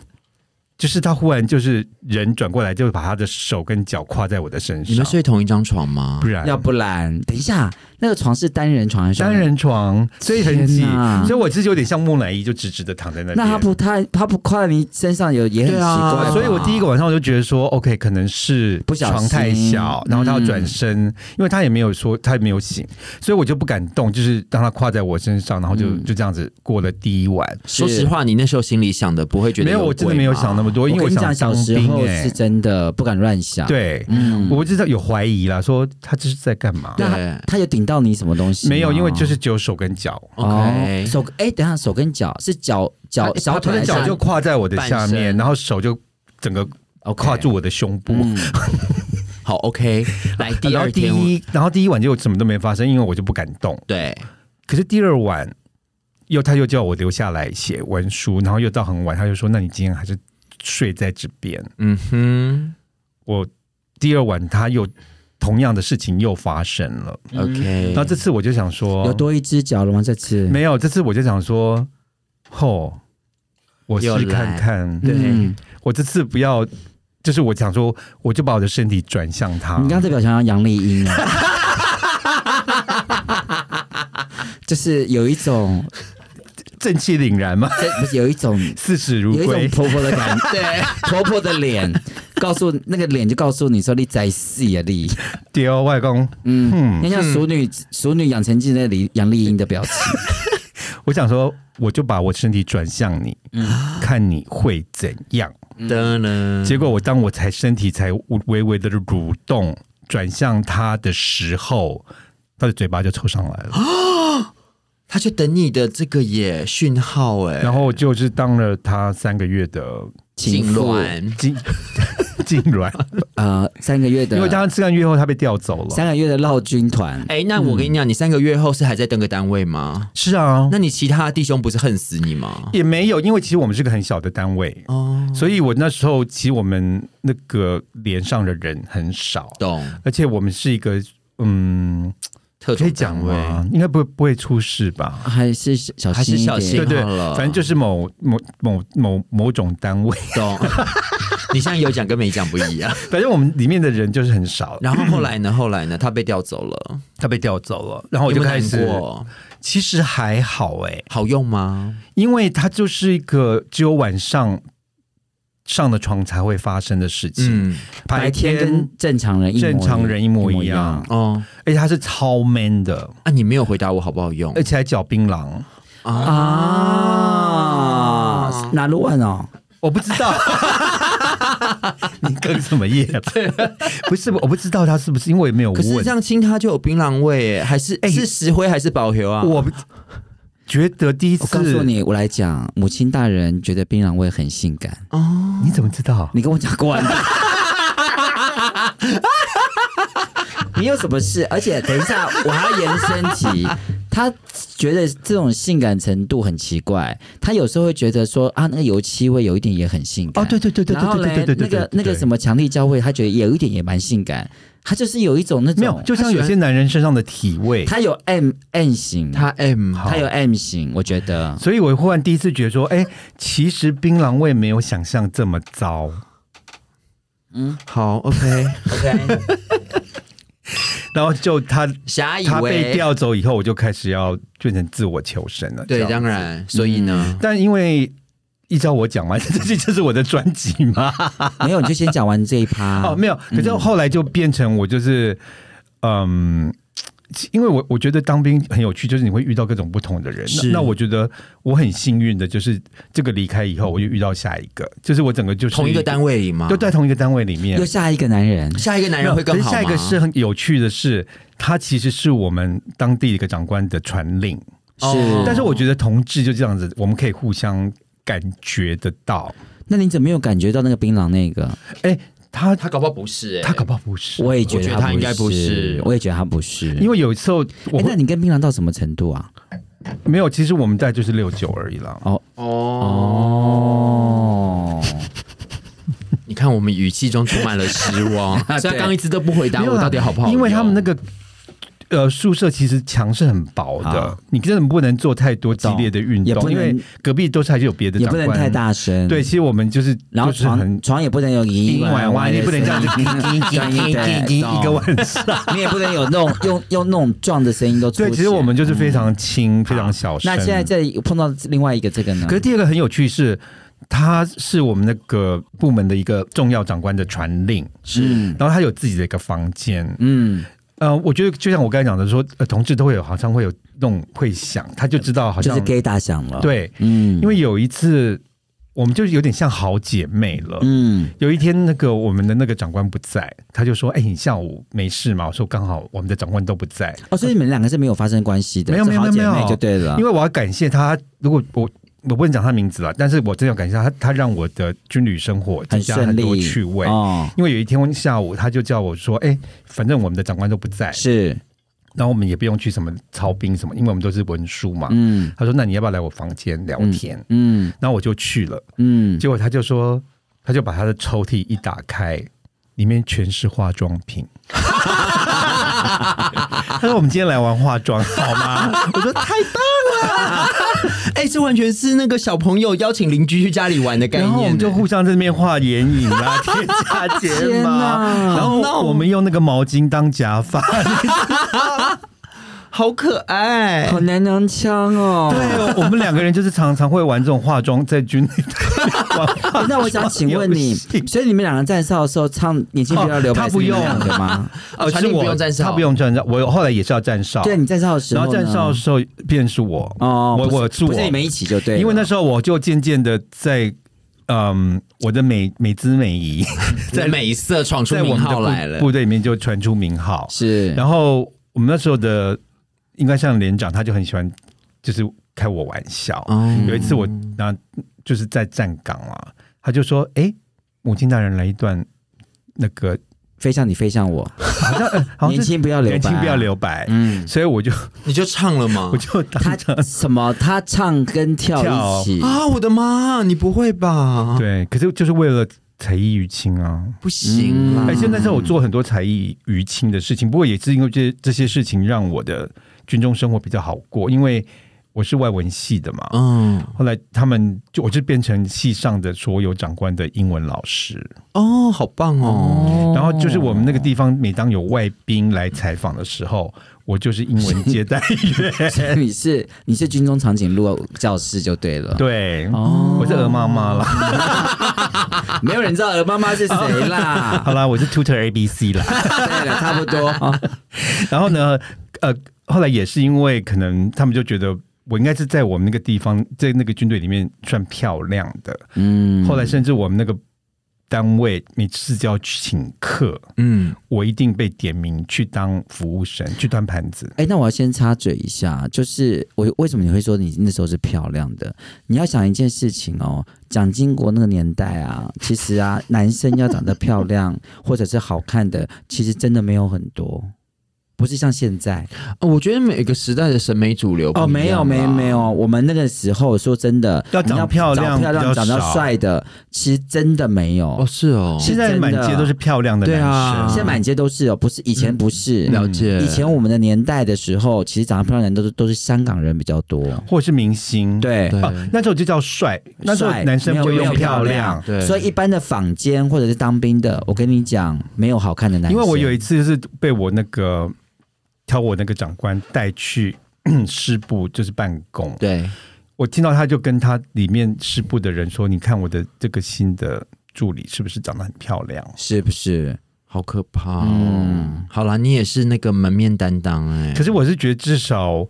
[SPEAKER 1] 就是他忽然就是人转过来，就把他的手跟脚跨在我的身
[SPEAKER 2] 你
[SPEAKER 1] 上
[SPEAKER 2] 们，睡同一张床吗
[SPEAKER 1] 不？然
[SPEAKER 3] 要不然等一下那个床是单人床还是双
[SPEAKER 1] 哎单？人床，所以很挤
[SPEAKER 3] 天哪，
[SPEAKER 1] 所以我其实有点像木乃伊，就直直的躺在那边。
[SPEAKER 3] 那他不他他不跨在你身上有也很奇
[SPEAKER 2] 对啊
[SPEAKER 3] 怪吧，
[SPEAKER 1] 所以我第一个晚上我就觉得说，OK，可能是
[SPEAKER 3] 不小心嗯
[SPEAKER 1] 床太小，然后他要转身，因为他也没有说他也没有醒，所以我就不敢动，就是让他跨在我身上，然后就、
[SPEAKER 3] 嗯
[SPEAKER 1] 就这样子过了第一晚。
[SPEAKER 2] 说实话，你那时候心里想的不会觉得
[SPEAKER 1] 没有，我真的
[SPEAKER 2] 鬼
[SPEAKER 1] 没有
[SPEAKER 2] 吗
[SPEAKER 1] 想那么多，因为
[SPEAKER 3] 我跟你
[SPEAKER 1] 想
[SPEAKER 3] 讲，小
[SPEAKER 1] 当
[SPEAKER 3] 时
[SPEAKER 1] 兵
[SPEAKER 3] 候
[SPEAKER 1] 哎、
[SPEAKER 3] 是真的不敢乱想，，
[SPEAKER 1] 对，
[SPEAKER 3] 嗯
[SPEAKER 1] 我知道有怀疑啦，说他这是在干嘛？
[SPEAKER 2] 对
[SPEAKER 3] 那他他有顶到你什么东西吗？
[SPEAKER 1] 没有，因为就是只有手跟脚，
[SPEAKER 3] 哦
[SPEAKER 2] OK，，
[SPEAKER 3] 手哎、等一下手跟脚是脚脚
[SPEAKER 2] 他
[SPEAKER 3] 小
[SPEAKER 1] 他
[SPEAKER 3] 腿
[SPEAKER 1] 的
[SPEAKER 3] 还是
[SPEAKER 1] 啊脚就跨在我的下
[SPEAKER 2] 半
[SPEAKER 1] 面，
[SPEAKER 2] 身
[SPEAKER 1] 然后手就整个
[SPEAKER 3] OK
[SPEAKER 1] 跨住我的胸部。
[SPEAKER 3] 嗯
[SPEAKER 2] 好 OK，来 第
[SPEAKER 1] 然后
[SPEAKER 2] 二
[SPEAKER 1] 第
[SPEAKER 2] 天我，
[SPEAKER 1] 一，然后第一晚就什么都没发生，因为我就不敢动。
[SPEAKER 2] 对，
[SPEAKER 1] 可是第二晚又他又叫我留下来写文书，然后又到很晚，他就说：“那你今天还是睡在这边。
[SPEAKER 2] 嗯哼”
[SPEAKER 1] 我第二晚他又同样的事情又发生了，
[SPEAKER 2] ，OK，
[SPEAKER 1] 嗯然后这次我就想说，
[SPEAKER 3] 有多一只脚了吗？这次
[SPEAKER 1] 没有，这次我就想说，吼，我
[SPEAKER 2] 又
[SPEAKER 1] 试
[SPEAKER 2] 来
[SPEAKER 1] 看看，
[SPEAKER 2] 对
[SPEAKER 3] 嗯
[SPEAKER 1] 我这次不要，就是我想说，我就把我的身体转向他。
[SPEAKER 3] 你刚刚这表情像杨丽 英啊，就是有一种
[SPEAKER 1] 正气凛然嘛，
[SPEAKER 3] 这不是有一种
[SPEAKER 1] 视死如
[SPEAKER 3] 有一种
[SPEAKER 1] 归。
[SPEAKER 3] 婆婆的 感觉，对，婆婆的脸告诉那个脸就告诉你说你在戏啊你，
[SPEAKER 1] 丢哦外公，
[SPEAKER 3] 嗯，你像《熟女熟女养成记》那里杨丽英的表情，
[SPEAKER 1] 我想说，我就把我身体转向你，
[SPEAKER 3] 嗯
[SPEAKER 1] 看你会怎样。
[SPEAKER 2] 的呢，
[SPEAKER 1] 结果我当我才身体才微微的蠕动转向他的时候，他的嘴巴就凑上来了，
[SPEAKER 2] 他就等你的这个也讯号哎，
[SPEAKER 1] 然后就是当了他三个月的
[SPEAKER 3] 情
[SPEAKER 2] 痉
[SPEAKER 3] 妇
[SPEAKER 2] 挛，
[SPEAKER 1] 痉 痉挛，
[SPEAKER 3] 呃三个月的
[SPEAKER 1] 因为他三个月后他被调走了。
[SPEAKER 3] 三个月的绕军团，
[SPEAKER 2] 哎，那我跟
[SPEAKER 1] 嗯
[SPEAKER 2] 你讲，你三个月后是还在登个单位吗？
[SPEAKER 1] 是啊，
[SPEAKER 2] 那你其他弟兄不是恨死你吗？
[SPEAKER 1] 也没有，因为其实我们是个很小的单位，
[SPEAKER 2] 哦，
[SPEAKER 1] 所以我那时候其实我们那个连上的人很少，
[SPEAKER 2] 懂，
[SPEAKER 1] 而且我们是一个嗯，
[SPEAKER 2] 特
[SPEAKER 1] 可以
[SPEAKER 2] 种
[SPEAKER 1] 讲
[SPEAKER 2] 单位，
[SPEAKER 1] 吗？应该不会不会出事吧？
[SPEAKER 3] 还是小
[SPEAKER 2] 还
[SPEAKER 3] 心
[SPEAKER 2] 是
[SPEAKER 3] 一
[SPEAKER 2] 小
[SPEAKER 3] 点。
[SPEAKER 2] 心
[SPEAKER 1] 对对
[SPEAKER 2] 好，了
[SPEAKER 1] 反正就是某某某某某种单位，
[SPEAKER 2] 懂。你现在有讲跟没讲不一样。
[SPEAKER 1] 反正我们里面的人就是很少，
[SPEAKER 2] 然后后来呢？后来呢？他被调走了，
[SPEAKER 1] 他被调走了，然后我哦
[SPEAKER 2] 有
[SPEAKER 1] 就
[SPEAKER 2] 没有
[SPEAKER 1] 开始
[SPEAKER 2] 难过
[SPEAKER 1] 其实还好哎、
[SPEAKER 2] 好用吗？
[SPEAKER 1] 因为它就是一个只有晚上上了床才会发生的事情，
[SPEAKER 2] 嗯，
[SPEAKER 3] 白天跟正常人一模一
[SPEAKER 1] 正常人一模一样，
[SPEAKER 2] 哦，
[SPEAKER 1] 而且它是超 man 的，
[SPEAKER 2] 啊，你没有回答我好不好用
[SPEAKER 1] 而且还嚼槟榔，
[SPEAKER 3] 啊，哪路万哦？
[SPEAKER 1] 我不知道。 你更什么夜了？不是，我不知道他是不是，因为我也没有
[SPEAKER 2] 可是
[SPEAKER 1] 问
[SPEAKER 2] 这。样亲它就有槟榔味耶，还是、
[SPEAKER 1] 哎
[SPEAKER 2] 是石灰还是保留啊？
[SPEAKER 1] 我不觉得第一
[SPEAKER 3] 我
[SPEAKER 1] 次，
[SPEAKER 3] 告诉你，我来讲，母亲大人觉得槟榔味很性感，
[SPEAKER 1] 你怎么知道？
[SPEAKER 3] 你跟我讲过完。 你有什么事？而且等一下，我还要延伸题。他觉得这种性感程度很奇怪，他有时候会觉得说啊，那个油漆味有一点也很性感。
[SPEAKER 1] 哦，对对对对
[SPEAKER 3] 然
[SPEAKER 1] 对
[SPEAKER 3] 后
[SPEAKER 1] 对
[SPEAKER 3] 嘞
[SPEAKER 1] 对对对，
[SPEAKER 3] 那个那个什
[SPEAKER 1] 么，
[SPEAKER 3] 么强力交汇，他觉得有一点也蛮性感，他就是有一种那种
[SPEAKER 1] 没有，就像有些男人身上的体味，
[SPEAKER 3] 他有 M M 型，
[SPEAKER 2] 它 M
[SPEAKER 1] 好
[SPEAKER 3] 他有 M 型，我觉得
[SPEAKER 1] 所以我忽然第一次觉得说，哎，其实槟榔味没有想象这么糟。
[SPEAKER 2] 好 OK，
[SPEAKER 3] OK，
[SPEAKER 1] 然后就他
[SPEAKER 2] 侠以
[SPEAKER 1] 他被
[SPEAKER 2] 为
[SPEAKER 1] 调走以后，我就开始要变成自我求生了。
[SPEAKER 2] 对，
[SPEAKER 1] 这样嗯
[SPEAKER 2] 当然，所以呢，
[SPEAKER 1] 但因为依照我讲嘛， 这这这是我的专辑嘛，
[SPEAKER 3] 没有你就先讲完这一趴。
[SPEAKER 2] 啊
[SPEAKER 1] 哦，没有，可
[SPEAKER 2] 嗯
[SPEAKER 1] 是后来就变成我就是，嗯，因为我我觉得当兵很有趣，就是你会遇到各种不同的人。那
[SPEAKER 2] 是
[SPEAKER 1] 那我觉得我很幸运的，就是这个离开以后，我就遇到下一个，就是我整个就是
[SPEAKER 2] 同一个单位里吗？
[SPEAKER 1] 就在同一个单位里面
[SPEAKER 3] 又。下一个男人，
[SPEAKER 2] 下一个男人会
[SPEAKER 1] 可
[SPEAKER 2] 更
[SPEAKER 1] 是
[SPEAKER 2] 好吗？
[SPEAKER 1] 下一个是很有趣的是，他其实是我们当地的一个长官的传令，
[SPEAKER 2] 哦
[SPEAKER 1] 但是我觉得同志就这样子，我们可以互相感觉得到。
[SPEAKER 3] 那你怎么没有感觉到那个槟榔那个？
[SPEAKER 1] 哎，他
[SPEAKER 2] 他搞不好不是、欸，
[SPEAKER 1] 他搞不好不是，
[SPEAKER 3] 我也觉
[SPEAKER 2] 我觉得
[SPEAKER 3] 他
[SPEAKER 2] 他应该不是
[SPEAKER 3] 我也觉得他不是。
[SPEAKER 1] 因
[SPEAKER 3] 为
[SPEAKER 1] 为有时候我
[SPEAKER 3] 那
[SPEAKER 1] 会
[SPEAKER 3] 你跟槟榔到什么程度啊？
[SPEAKER 1] 没有，其实我们在就是六九而已啦。
[SPEAKER 2] 哦。
[SPEAKER 3] 哦，
[SPEAKER 2] 你看，我们语气中充满了失 望，所以他刚一直都不回答
[SPEAKER 1] 没有
[SPEAKER 2] 我
[SPEAKER 1] 啦
[SPEAKER 2] 到底好不好用，
[SPEAKER 1] 因为他们那个呃宿舍其实墙是很薄的
[SPEAKER 3] 好，
[SPEAKER 1] 你真的不能做太多激烈的运
[SPEAKER 3] 啊也不
[SPEAKER 1] 动，
[SPEAKER 3] 能
[SPEAKER 1] 因为隔壁都是还是有别的
[SPEAKER 3] 也
[SPEAKER 1] 长
[SPEAKER 3] 不
[SPEAKER 1] 官。
[SPEAKER 3] 能太大声。
[SPEAKER 1] 对，其实我们就是
[SPEAKER 3] 然后
[SPEAKER 1] 就是
[SPEAKER 3] 床啊
[SPEAKER 1] 很
[SPEAKER 3] 床也不能有
[SPEAKER 1] 一
[SPEAKER 3] 一
[SPEAKER 1] 晚晚，你不能这样子叮叮叮叮叮叮 一个晚上。
[SPEAKER 3] 你也不能有那种用用那种撞的声音都出
[SPEAKER 1] 对，
[SPEAKER 3] 现。
[SPEAKER 1] 其实我们就是非常轻，非常小声。
[SPEAKER 3] 嗯那现在这里碰到另外一个这个呢？
[SPEAKER 1] 可是第二个很有趣是，他是我们那个部门的一个重要长官的传令，
[SPEAKER 3] 是
[SPEAKER 1] 然后他有自己的一个房间。
[SPEAKER 3] 嗯，
[SPEAKER 1] 呃，我觉得就像我刚才讲的说，呃，同志都会有好像会有那种会想，他就知道好
[SPEAKER 3] 就
[SPEAKER 1] 像
[SPEAKER 3] 是 gay 大响了。，
[SPEAKER 1] 对，
[SPEAKER 3] 嗯
[SPEAKER 1] 因为有一次我们就有点像好姐妹了。
[SPEAKER 3] 嗯
[SPEAKER 1] 有一天，那个我们的那个长官不在，他就说：“哎、你下午没事吗？”我说：“刚好我们的长官都不在，
[SPEAKER 3] 哦，所以你们两个是没有发生关系的，
[SPEAKER 1] 没有
[SPEAKER 3] 是
[SPEAKER 1] 没有
[SPEAKER 3] 好姐
[SPEAKER 1] 没有没
[SPEAKER 3] 妹
[SPEAKER 1] 有
[SPEAKER 3] 就对了。
[SPEAKER 1] 因为我要感谢他。如果我我不能讲他名字了，但是我真的要感谢他，他让我的军旅生活增
[SPEAKER 3] 很
[SPEAKER 1] 加
[SPEAKER 3] 顺
[SPEAKER 1] 很多
[SPEAKER 3] 利，
[SPEAKER 1] 趣味。
[SPEAKER 3] 哦，
[SPEAKER 1] 因为有一天下午，他就叫我说：‘哎、反正我们的长官都不在，
[SPEAKER 3] 是
[SPEAKER 1] 然后我们也不用去什么操兵什么，因为我们都是文书嘛。
[SPEAKER 3] 嗯
[SPEAKER 1] 他说：“那你要不要来我房间聊天？”
[SPEAKER 3] 嗯
[SPEAKER 1] 然后我就去了。
[SPEAKER 3] 嗯
[SPEAKER 1] 结果他就说，他就把他的抽屉一打开，里面全是化妆 品。他说：“我们今天来玩化妆好吗？” 我说：“太棒
[SPEAKER 2] 哎、这完全是那个小朋友邀请邻居去家里玩的！”概念、
[SPEAKER 1] 然后我们就
[SPEAKER 2] 哎
[SPEAKER 1] 互相在那边画眼影啦、贴假睫
[SPEAKER 3] 天
[SPEAKER 1] 毛，啊
[SPEAKER 3] 哪
[SPEAKER 1] 然后我们用那个毛巾当假发。
[SPEAKER 2] 好可 爱，
[SPEAKER 3] 好娘娘腔哦。
[SPEAKER 1] 对， 我们两个人就是常常会玩这种化妆，在军里的玩化妆
[SPEAKER 3] 哎那我想请问 你
[SPEAKER 1] 游戏，
[SPEAKER 3] 所以你们两个站哨的时候唱《年轻不要留白》
[SPEAKER 1] 哦
[SPEAKER 3] 是
[SPEAKER 1] 他不
[SPEAKER 3] 你们
[SPEAKER 1] 用
[SPEAKER 3] 两个 吗？
[SPEAKER 1] 呃，
[SPEAKER 2] 传
[SPEAKER 1] 是
[SPEAKER 2] 令
[SPEAKER 1] 我
[SPEAKER 2] 不用站哨
[SPEAKER 1] 他不用站哨，我后来也是要站哨。
[SPEAKER 3] 对，你站哨的时
[SPEAKER 1] 然
[SPEAKER 3] 候
[SPEAKER 1] 后
[SPEAKER 3] 呢，
[SPEAKER 1] 站哨的时候便是我，
[SPEAKER 3] 哦，
[SPEAKER 1] 我
[SPEAKER 3] 不
[SPEAKER 1] 我是
[SPEAKER 3] 不是
[SPEAKER 1] 我
[SPEAKER 3] 你们一起就对了，
[SPEAKER 1] 因为那时候我就渐渐的在，嗯，我的美美姿美仪
[SPEAKER 2] 在美色闯 出
[SPEAKER 1] 在我
[SPEAKER 2] 名
[SPEAKER 1] 们的
[SPEAKER 2] 号来
[SPEAKER 1] 部
[SPEAKER 2] 了。
[SPEAKER 1] 部队里面就传出名号。
[SPEAKER 3] 是
[SPEAKER 1] 然后我们那时候的应该像连长，他就很喜欢，就是开我玩笑。
[SPEAKER 2] 哦
[SPEAKER 1] 有一次我那就是在站岗啊，他就说：“哎，母亲大人来一段那个
[SPEAKER 3] 飞向你，飞向我，
[SPEAKER 1] 好像、呃、好
[SPEAKER 3] 年
[SPEAKER 1] 像是
[SPEAKER 3] 轻不要留白，
[SPEAKER 1] 年轻不要，留白。
[SPEAKER 3] 嗯。
[SPEAKER 1] 所以我就
[SPEAKER 2] 你就唱了吗
[SPEAKER 1] 我？就当
[SPEAKER 3] 他
[SPEAKER 1] 场
[SPEAKER 3] 什么？他唱跟跳一起，
[SPEAKER 2] 啊，我的妈！你不会吧？，
[SPEAKER 1] 对，可是就是为了才艺于亲啊。
[SPEAKER 2] 不行啦
[SPEAKER 3] 嗯
[SPEAKER 1] 而且那时候我做很多才艺于亲的事情，不过也是因为这这些事情让我的军中生活比较好过，因为我我是外文系的嘛，
[SPEAKER 2] 嗯，
[SPEAKER 1] 后来他们就我就变成系上的所有长官的英文老师，
[SPEAKER 2] 哦，好棒哦，
[SPEAKER 1] 然后就是我们那个地方，每当有外宾来采访的时候，我就是英文接待 员。
[SPEAKER 3] 所以 你是你是军中长颈鹿教室就对了，
[SPEAKER 1] 对，
[SPEAKER 3] 哦
[SPEAKER 1] 我是鹅妈妈啦。
[SPEAKER 3] 没有人知道呃鹅妈妈是谁啦。
[SPEAKER 1] 好啦，我是 Tutor ABC 啦。
[SPEAKER 3] 对了，差不多。
[SPEAKER 1] 然后呢，呃，后来也是因为可能他们就觉得。我应该是在我们那个地方，在那个军队里面算漂亮的。
[SPEAKER 3] 嗯，
[SPEAKER 1] 后来甚至我们那个单位每次就要请客，
[SPEAKER 2] 嗯，
[SPEAKER 1] 我一定被点名去当服务生，去端盘子。
[SPEAKER 3] 哎、那我要先插嘴一下，啊就是我为什么你会说你那时候是漂亮的？你要想一件事情哦，蒋经国那个年代啊，其实啊，男生要长得漂亮或者是好看的，其实真的没有很多，不是像现在
[SPEAKER 2] 哦我觉得每个时代的审美主流不
[SPEAKER 3] 哦，
[SPEAKER 2] 一
[SPEAKER 3] 没有
[SPEAKER 2] 样
[SPEAKER 3] 没
[SPEAKER 2] 啦
[SPEAKER 3] 没，有，我们那个时候说真的，
[SPEAKER 1] 要长
[SPEAKER 3] 你
[SPEAKER 1] 漂亮
[SPEAKER 3] 长漂
[SPEAKER 1] 比较
[SPEAKER 3] 亮、长得
[SPEAKER 1] 少
[SPEAKER 3] 帅的，其实真的没有。
[SPEAKER 2] 哦，是哦，
[SPEAKER 1] 现在满街都是漂亮的
[SPEAKER 2] 对
[SPEAKER 1] 男
[SPEAKER 2] 啊
[SPEAKER 1] 生，
[SPEAKER 3] 啊现在满街都是哦，不是以前不是。
[SPEAKER 2] 了解，
[SPEAKER 3] 以前我们的年代的时候，其实长得漂亮的人都是都是香港人比较多。
[SPEAKER 1] 或者是明星，
[SPEAKER 3] 对，
[SPEAKER 2] 对
[SPEAKER 1] 啊，那时候就叫帅，那时候
[SPEAKER 3] 帅
[SPEAKER 1] 男生不会
[SPEAKER 3] 没有
[SPEAKER 1] 用漂
[SPEAKER 3] 亮
[SPEAKER 1] 亮，
[SPEAKER 2] 对
[SPEAKER 3] 所以一般的坊间或者是当兵的，我跟你讲，没有好看的男
[SPEAKER 1] 因
[SPEAKER 3] 生。
[SPEAKER 1] 为我有一次就是被我那个挑我那个长官带去 师部，就是办公，
[SPEAKER 3] 对，
[SPEAKER 1] 我听到他就跟他里面师部的人说：“你看我的这个新的助理是不是长得很漂亮
[SPEAKER 3] 是不是？
[SPEAKER 2] 好可怕哦。好啦，你也是那个门面担当哎、？”
[SPEAKER 1] 可是我是觉得至少我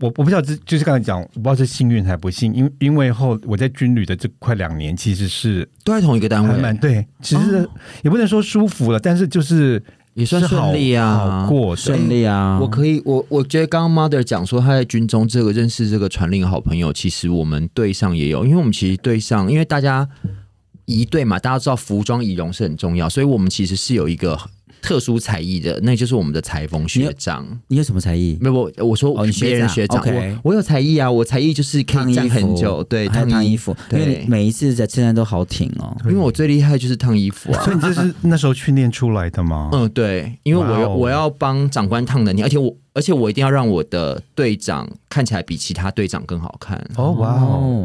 [SPEAKER 1] 我不知道，这就是刚才讲，我不知道是幸运还不幸，因因为后我在军旅的这快两年其实是
[SPEAKER 2] 都在同一个单
[SPEAKER 1] 还
[SPEAKER 2] 位
[SPEAKER 1] 蛮，对，其
[SPEAKER 2] 哦
[SPEAKER 1] 实也不能说舒服了，但是就是
[SPEAKER 2] 也算
[SPEAKER 1] 是好哎
[SPEAKER 2] 顺利啊。
[SPEAKER 1] 好过的。
[SPEAKER 3] 顺利啊！
[SPEAKER 2] 我可以，我我觉得刚刚 mother 讲说他在军中这个认识这个传令好朋友，其实我们队上也有，因为我们其实队上，因为大家仪队嘛，大家知道服装仪容是很重要，所以我们其实是有一个特殊才艺的，那就是我们的裁缝学长。
[SPEAKER 3] 你有什么才艺？
[SPEAKER 2] 没有，我我说
[SPEAKER 3] 哦你学
[SPEAKER 2] 别人
[SPEAKER 3] 长
[SPEAKER 2] 学长，
[SPEAKER 3] OK
[SPEAKER 2] 我我有才艺啊，我才艺就是可
[SPEAKER 3] 烫
[SPEAKER 2] 以
[SPEAKER 3] 衣
[SPEAKER 2] 站
[SPEAKER 3] 服
[SPEAKER 2] 很久，对，
[SPEAKER 3] 还有烫衣服，因
[SPEAKER 2] 对
[SPEAKER 3] 为你每一次的衬衫都好挺哦。
[SPEAKER 2] 因为我最厉害就是烫衣服啊
[SPEAKER 1] 所。以你这是那时候训练出来的吗？
[SPEAKER 2] 嗯，对，因为我
[SPEAKER 1] 哇
[SPEAKER 2] 要
[SPEAKER 1] 哦
[SPEAKER 2] 我要帮长官烫的你，而且我而且我一定要让我的队长看起来比其他队长更好看。
[SPEAKER 1] 哦，哇
[SPEAKER 3] 哦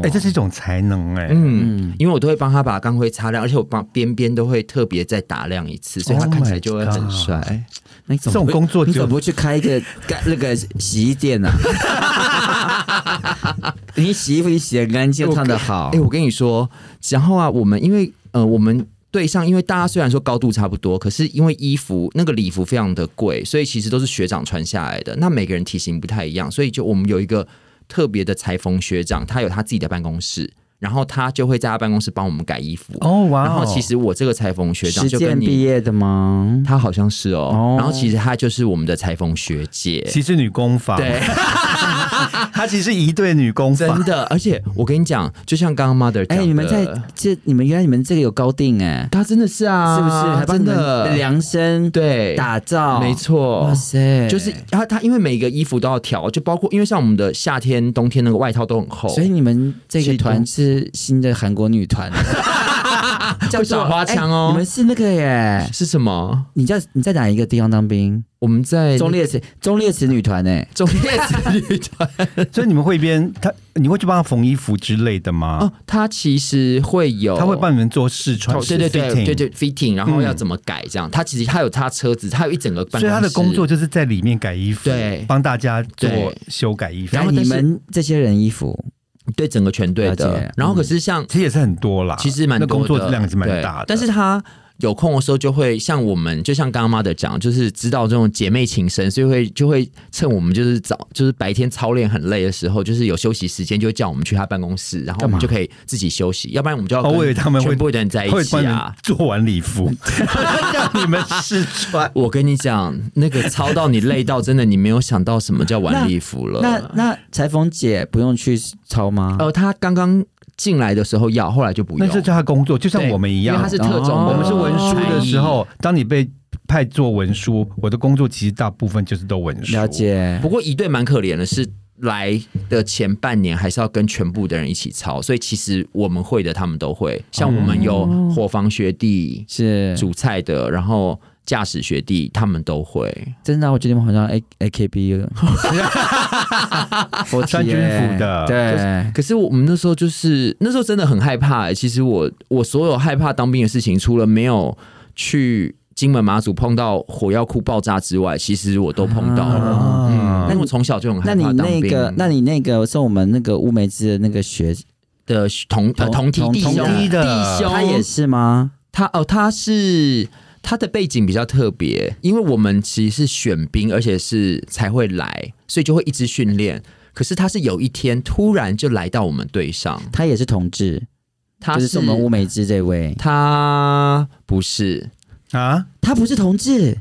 [SPEAKER 1] 哦，哎，这是一种才能哎、
[SPEAKER 2] 嗯，因为我都会帮他把钢盔擦亮，而且我帮边边都会特别再打亮一次，所以他
[SPEAKER 1] Oh
[SPEAKER 2] 看起来
[SPEAKER 1] my
[SPEAKER 2] 就会很
[SPEAKER 1] God
[SPEAKER 2] 帅。
[SPEAKER 3] 那你怎
[SPEAKER 1] 这
[SPEAKER 3] 么
[SPEAKER 1] 种
[SPEAKER 3] 不
[SPEAKER 1] 工作
[SPEAKER 3] 你
[SPEAKER 1] 只
[SPEAKER 3] 怎
[SPEAKER 1] 有
[SPEAKER 3] 么不去开一 个干那个洗衣店 呢、啊？你洗衣服，你洗的干净，
[SPEAKER 2] 我
[SPEAKER 3] 烫的好
[SPEAKER 2] 哎、。我跟你说，然后啊，我们因为呃，我们队上因为大家虽然说高度差不多，可是因为衣服那个礼服非常的贵，所以其实都是学长穿下来的。那每个人体型不太一样，所以就我们有一个特别的裁缝学长，他有他自己的办公室，然后他就会在他办公室帮我们改衣服。
[SPEAKER 1] 哦，哇
[SPEAKER 2] 然
[SPEAKER 1] 哦，
[SPEAKER 2] 后其实我这个裁缝学长
[SPEAKER 3] 实
[SPEAKER 2] 就跟
[SPEAKER 3] 践
[SPEAKER 2] 你
[SPEAKER 3] 毕业的吗？
[SPEAKER 2] 她好像是哦，
[SPEAKER 3] 哦
[SPEAKER 2] 然后其实她就是我们的裁缝学姐，
[SPEAKER 1] 歧视女工
[SPEAKER 3] 啊
[SPEAKER 1] 坊，
[SPEAKER 2] 对，
[SPEAKER 1] 她其实是一对女工
[SPEAKER 2] 真
[SPEAKER 1] 坊，
[SPEAKER 2] 的。而且我跟你讲，就像刚刚 mother 讲
[SPEAKER 3] 哎、
[SPEAKER 2] 的，
[SPEAKER 3] 你们在这，你们原来你们这个有高定哎、
[SPEAKER 2] 她真的是啊，
[SPEAKER 3] 是不是？还帮
[SPEAKER 2] 真
[SPEAKER 3] 你们
[SPEAKER 2] 的
[SPEAKER 3] 量身
[SPEAKER 2] 对
[SPEAKER 3] 打造，
[SPEAKER 2] 没。错
[SPEAKER 3] 哇。塞，
[SPEAKER 2] 就是她，她因为每个衣服都要调，就包括因为像我们的夏天、冬天那个外套都很厚，
[SPEAKER 3] 所以你们这个
[SPEAKER 2] 系统
[SPEAKER 3] 团是新的韩国 女团，叫
[SPEAKER 2] 会耍
[SPEAKER 3] 做
[SPEAKER 2] 花枪哦
[SPEAKER 3] 哎你们是那个耶？
[SPEAKER 2] 是什么？
[SPEAKER 3] 你在你在哪一个地方当兵？
[SPEAKER 2] 我们在
[SPEAKER 3] 中烈祠中烈祠女团哎，
[SPEAKER 2] 中烈子女 团
[SPEAKER 1] 所以你们会编她，你会去帮她缝衣服之类的吗
[SPEAKER 2] 哦？，她其实会有，
[SPEAKER 1] 她会帮你们做试穿，
[SPEAKER 2] 哦对对对
[SPEAKER 1] fitting
[SPEAKER 2] 对对 fitting，然后
[SPEAKER 1] 嗯
[SPEAKER 2] 要怎么改这样？她其实她有她车子，她有一整个办公
[SPEAKER 1] 所以她的
[SPEAKER 2] 室
[SPEAKER 1] 工作就是在里面改衣服，
[SPEAKER 2] 对
[SPEAKER 1] 帮大家做
[SPEAKER 2] 对
[SPEAKER 1] 修改衣服
[SPEAKER 2] 然，后
[SPEAKER 3] 哎
[SPEAKER 2] 但
[SPEAKER 3] 你
[SPEAKER 2] 是
[SPEAKER 3] 们这些人衣服，
[SPEAKER 2] 对整个全队
[SPEAKER 3] 了
[SPEAKER 2] 的
[SPEAKER 1] 嗯
[SPEAKER 3] 解。
[SPEAKER 2] 然后可是像
[SPEAKER 1] 其实也是很多啦，
[SPEAKER 2] 其实
[SPEAKER 1] 啊
[SPEAKER 2] 蛮
[SPEAKER 1] 那
[SPEAKER 2] 多的
[SPEAKER 1] 工作量是蛮大的，
[SPEAKER 2] 对但是他。有空的时候就会像我们，就像刚刚妈的讲，就是知道这种姐妹情深，所以会就会趁我们就是早就是白天操练很累的时候，就是有休息时间，就会叫我们去他办公室，然后我
[SPEAKER 3] 干嘛
[SPEAKER 2] 们就可以自己休息，要不然我们就要
[SPEAKER 1] 哦
[SPEAKER 2] 跟
[SPEAKER 1] 我以为他们会
[SPEAKER 2] 全部的人在一
[SPEAKER 1] 会
[SPEAKER 2] 起
[SPEAKER 1] 帮你们
[SPEAKER 2] 啊。
[SPEAKER 1] 做完礼 服， 让你们试穿。
[SPEAKER 2] 我跟你讲，那个操到你累到真的，你没有想到什么叫晚礼服了。
[SPEAKER 3] 那那裁缝姐不用去操吗？
[SPEAKER 2] 呃，他刚刚进来的时候要，后来就不
[SPEAKER 1] 那
[SPEAKER 2] 用。
[SPEAKER 1] 这就是他工作，就像
[SPEAKER 2] 对
[SPEAKER 1] 我们一
[SPEAKER 2] 因
[SPEAKER 1] 样
[SPEAKER 2] 为他，是特种哦的，
[SPEAKER 3] 哦
[SPEAKER 1] 我们是文书的时候，当你被派做文书，我的工作其实大部分就是都文书。
[SPEAKER 3] 了。解
[SPEAKER 2] 不，过一队蛮可怜的是。来的前半年还是要跟全部的人一起操，所以其实我们
[SPEAKER 3] 哦
[SPEAKER 2] 会的他们都会，像我们有伙房学弟、
[SPEAKER 3] 是
[SPEAKER 2] 煮菜的，然后驾驶学弟，他们都会。
[SPEAKER 3] 真的啊、我觉得我好像 A A K B 了，我
[SPEAKER 1] 穿军服的
[SPEAKER 3] 对，
[SPEAKER 2] 可是我们那时候就是那时候真的很害怕、欸。其实我我所有害怕当兵的事情，除了没有去金门马祖碰到火药库爆炸之外，其实我都碰到了。
[SPEAKER 1] 啊
[SPEAKER 2] 嗯，那我从小就很
[SPEAKER 3] 那
[SPEAKER 2] 害
[SPEAKER 3] 你
[SPEAKER 2] 怕当
[SPEAKER 3] 那
[SPEAKER 2] 兵。
[SPEAKER 3] 个，那你那个送我们那个乌梅子的那个学，
[SPEAKER 2] 的同呃
[SPEAKER 3] 同
[SPEAKER 2] 同梯
[SPEAKER 3] 同
[SPEAKER 2] 弟兄
[SPEAKER 3] 同
[SPEAKER 1] 梯的
[SPEAKER 2] 弟兄，
[SPEAKER 3] 他也是吗？
[SPEAKER 2] 他哦，他是他的背景比较特别，因为我们其实是选兵，而且是才会来，所以就会一直训练。可是他是有一天突然就来到我们队上，
[SPEAKER 3] 他也是同志，
[SPEAKER 2] 他
[SPEAKER 3] 就是送我们乌梅子这位，
[SPEAKER 2] 他不是
[SPEAKER 1] 啊
[SPEAKER 3] 他不是同志，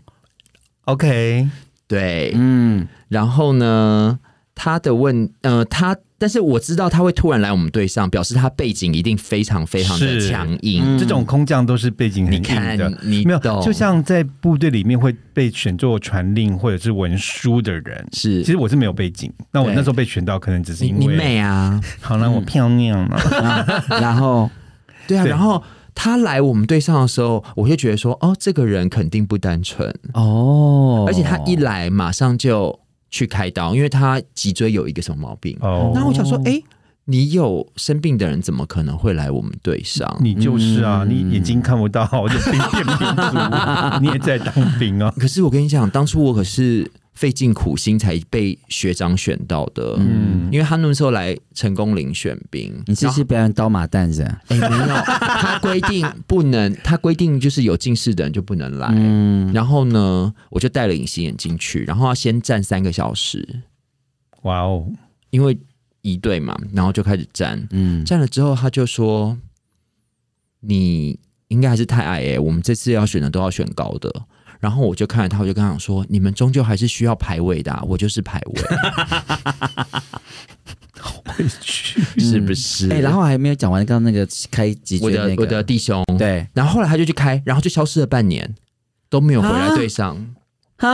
[SPEAKER 1] ，OK，
[SPEAKER 2] 对，
[SPEAKER 3] 嗯，
[SPEAKER 2] 然后呢，他的问呃他。但是我知道他会突然来我们队上，表示他背景一定非常非常的
[SPEAKER 1] 是
[SPEAKER 2] 强硬。
[SPEAKER 3] 嗯
[SPEAKER 1] 这种空降都是背景很
[SPEAKER 2] 你
[SPEAKER 1] 硬
[SPEAKER 2] 看
[SPEAKER 1] 的，，
[SPEAKER 2] 你
[SPEAKER 1] 没有，
[SPEAKER 2] 懂
[SPEAKER 1] 就像在部队里面会被选做传令或者是文书的人。
[SPEAKER 2] 是
[SPEAKER 1] 其实我是没有背景，那我
[SPEAKER 2] 对
[SPEAKER 1] 那时候被选到，可能只是
[SPEAKER 2] 你
[SPEAKER 1] 因
[SPEAKER 2] 你
[SPEAKER 1] 为
[SPEAKER 2] 美啊，
[SPEAKER 1] 好了，我漂亮了，
[SPEAKER 3] 啊 然后
[SPEAKER 2] 对啊，
[SPEAKER 1] 对
[SPEAKER 2] 然后他来我们队上的时候，我就觉得说，哦，这个人肯定不单纯，
[SPEAKER 3] 哦，
[SPEAKER 2] 而且他一来马上就去开刀，因为他脊椎有一个什么毛病。
[SPEAKER 1] 哦，
[SPEAKER 2] 然后我想说，哎、你有生病的人怎么可能会来我们队上？
[SPEAKER 1] 你就是啊，
[SPEAKER 3] 嗯
[SPEAKER 1] 你眼睛看不到，我就冰变民族，你也在当兵啊，
[SPEAKER 2] 可是我跟你讲，当初我可是费尽苦心才被学长选到的，嗯，因为他那时候来成功领选兵，
[SPEAKER 3] 你是不
[SPEAKER 2] 然后
[SPEAKER 3] 是被人刀马旦子啊？
[SPEAKER 2] 哎、没有，他规定不能，他规定就是有近视的人就不能来，
[SPEAKER 3] 嗯，
[SPEAKER 2] 然后呢，我就戴了隐形眼镜去，然后要先站三个小时，
[SPEAKER 1] 哇哦，
[SPEAKER 2] 因为一队嘛，然后就开始站。
[SPEAKER 3] 嗯，
[SPEAKER 2] 站了之后，他就说：“你应该还是太矮诶、我们这次要选的都要选高的。”然后我就看着他，我就跟他讲说：“你们终究还是需要排位的啊、我就是排位，
[SPEAKER 1] 会去，
[SPEAKER 2] 是不是？”
[SPEAKER 3] 哎、然后还没有讲完刚刚那个开脊
[SPEAKER 2] 我
[SPEAKER 3] 椎
[SPEAKER 2] 的
[SPEAKER 3] 那
[SPEAKER 2] 我的
[SPEAKER 3] 个，
[SPEAKER 2] 弟兄，
[SPEAKER 3] 对
[SPEAKER 2] 然后后来他就去开，然后就消失了半年，都没有回来队上。
[SPEAKER 3] 啊，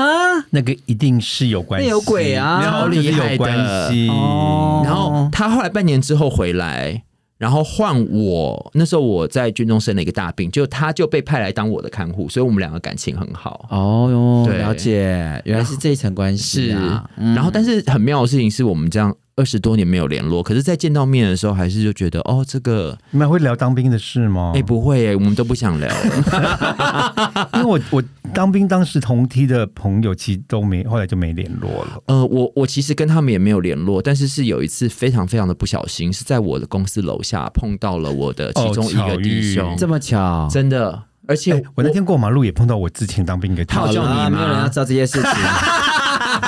[SPEAKER 1] 那个一定是有关系，
[SPEAKER 3] 那有鬼啊
[SPEAKER 1] 然后就是有关系，
[SPEAKER 3] 哦
[SPEAKER 2] 然后他后来半年之后回来，然后换我，那时候我在军中生了一个大病，就他就被派来当我的看护，所以我们两个感情很好。
[SPEAKER 3] 哦哟，
[SPEAKER 2] 对
[SPEAKER 3] 了解，原来是这一层关系啊。嗯
[SPEAKER 2] 然后，但是很妙的事情是我们这样二十多年没有联络，可是，在见到面的时候，还是就觉得哦，这个
[SPEAKER 1] 你们还会聊当兵的事吗？
[SPEAKER 2] 哎、不会、哎，我们都不想聊了。啊
[SPEAKER 1] 因为我我当兵当时同梯的朋友其实都没，后来就没联络了。
[SPEAKER 2] 呃，我我其实跟他们也没有联络，但是是有一次非常非常的不小心，是在我的公司楼下碰到了我的其中一
[SPEAKER 1] 哦巧
[SPEAKER 2] 个
[SPEAKER 1] 遇
[SPEAKER 2] 弟兄，
[SPEAKER 3] 这么巧，
[SPEAKER 2] 真的，而且
[SPEAKER 1] 哎、我那天过马路也碰到我之前当兵一个弟
[SPEAKER 2] 好
[SPEAKER 1] 兄
[SPEAKER 2] 像
[SPEAKER 3] 了
[SPEAKER 2] 你吗
[SPEAKER 3] 没有人要知道这些 事情。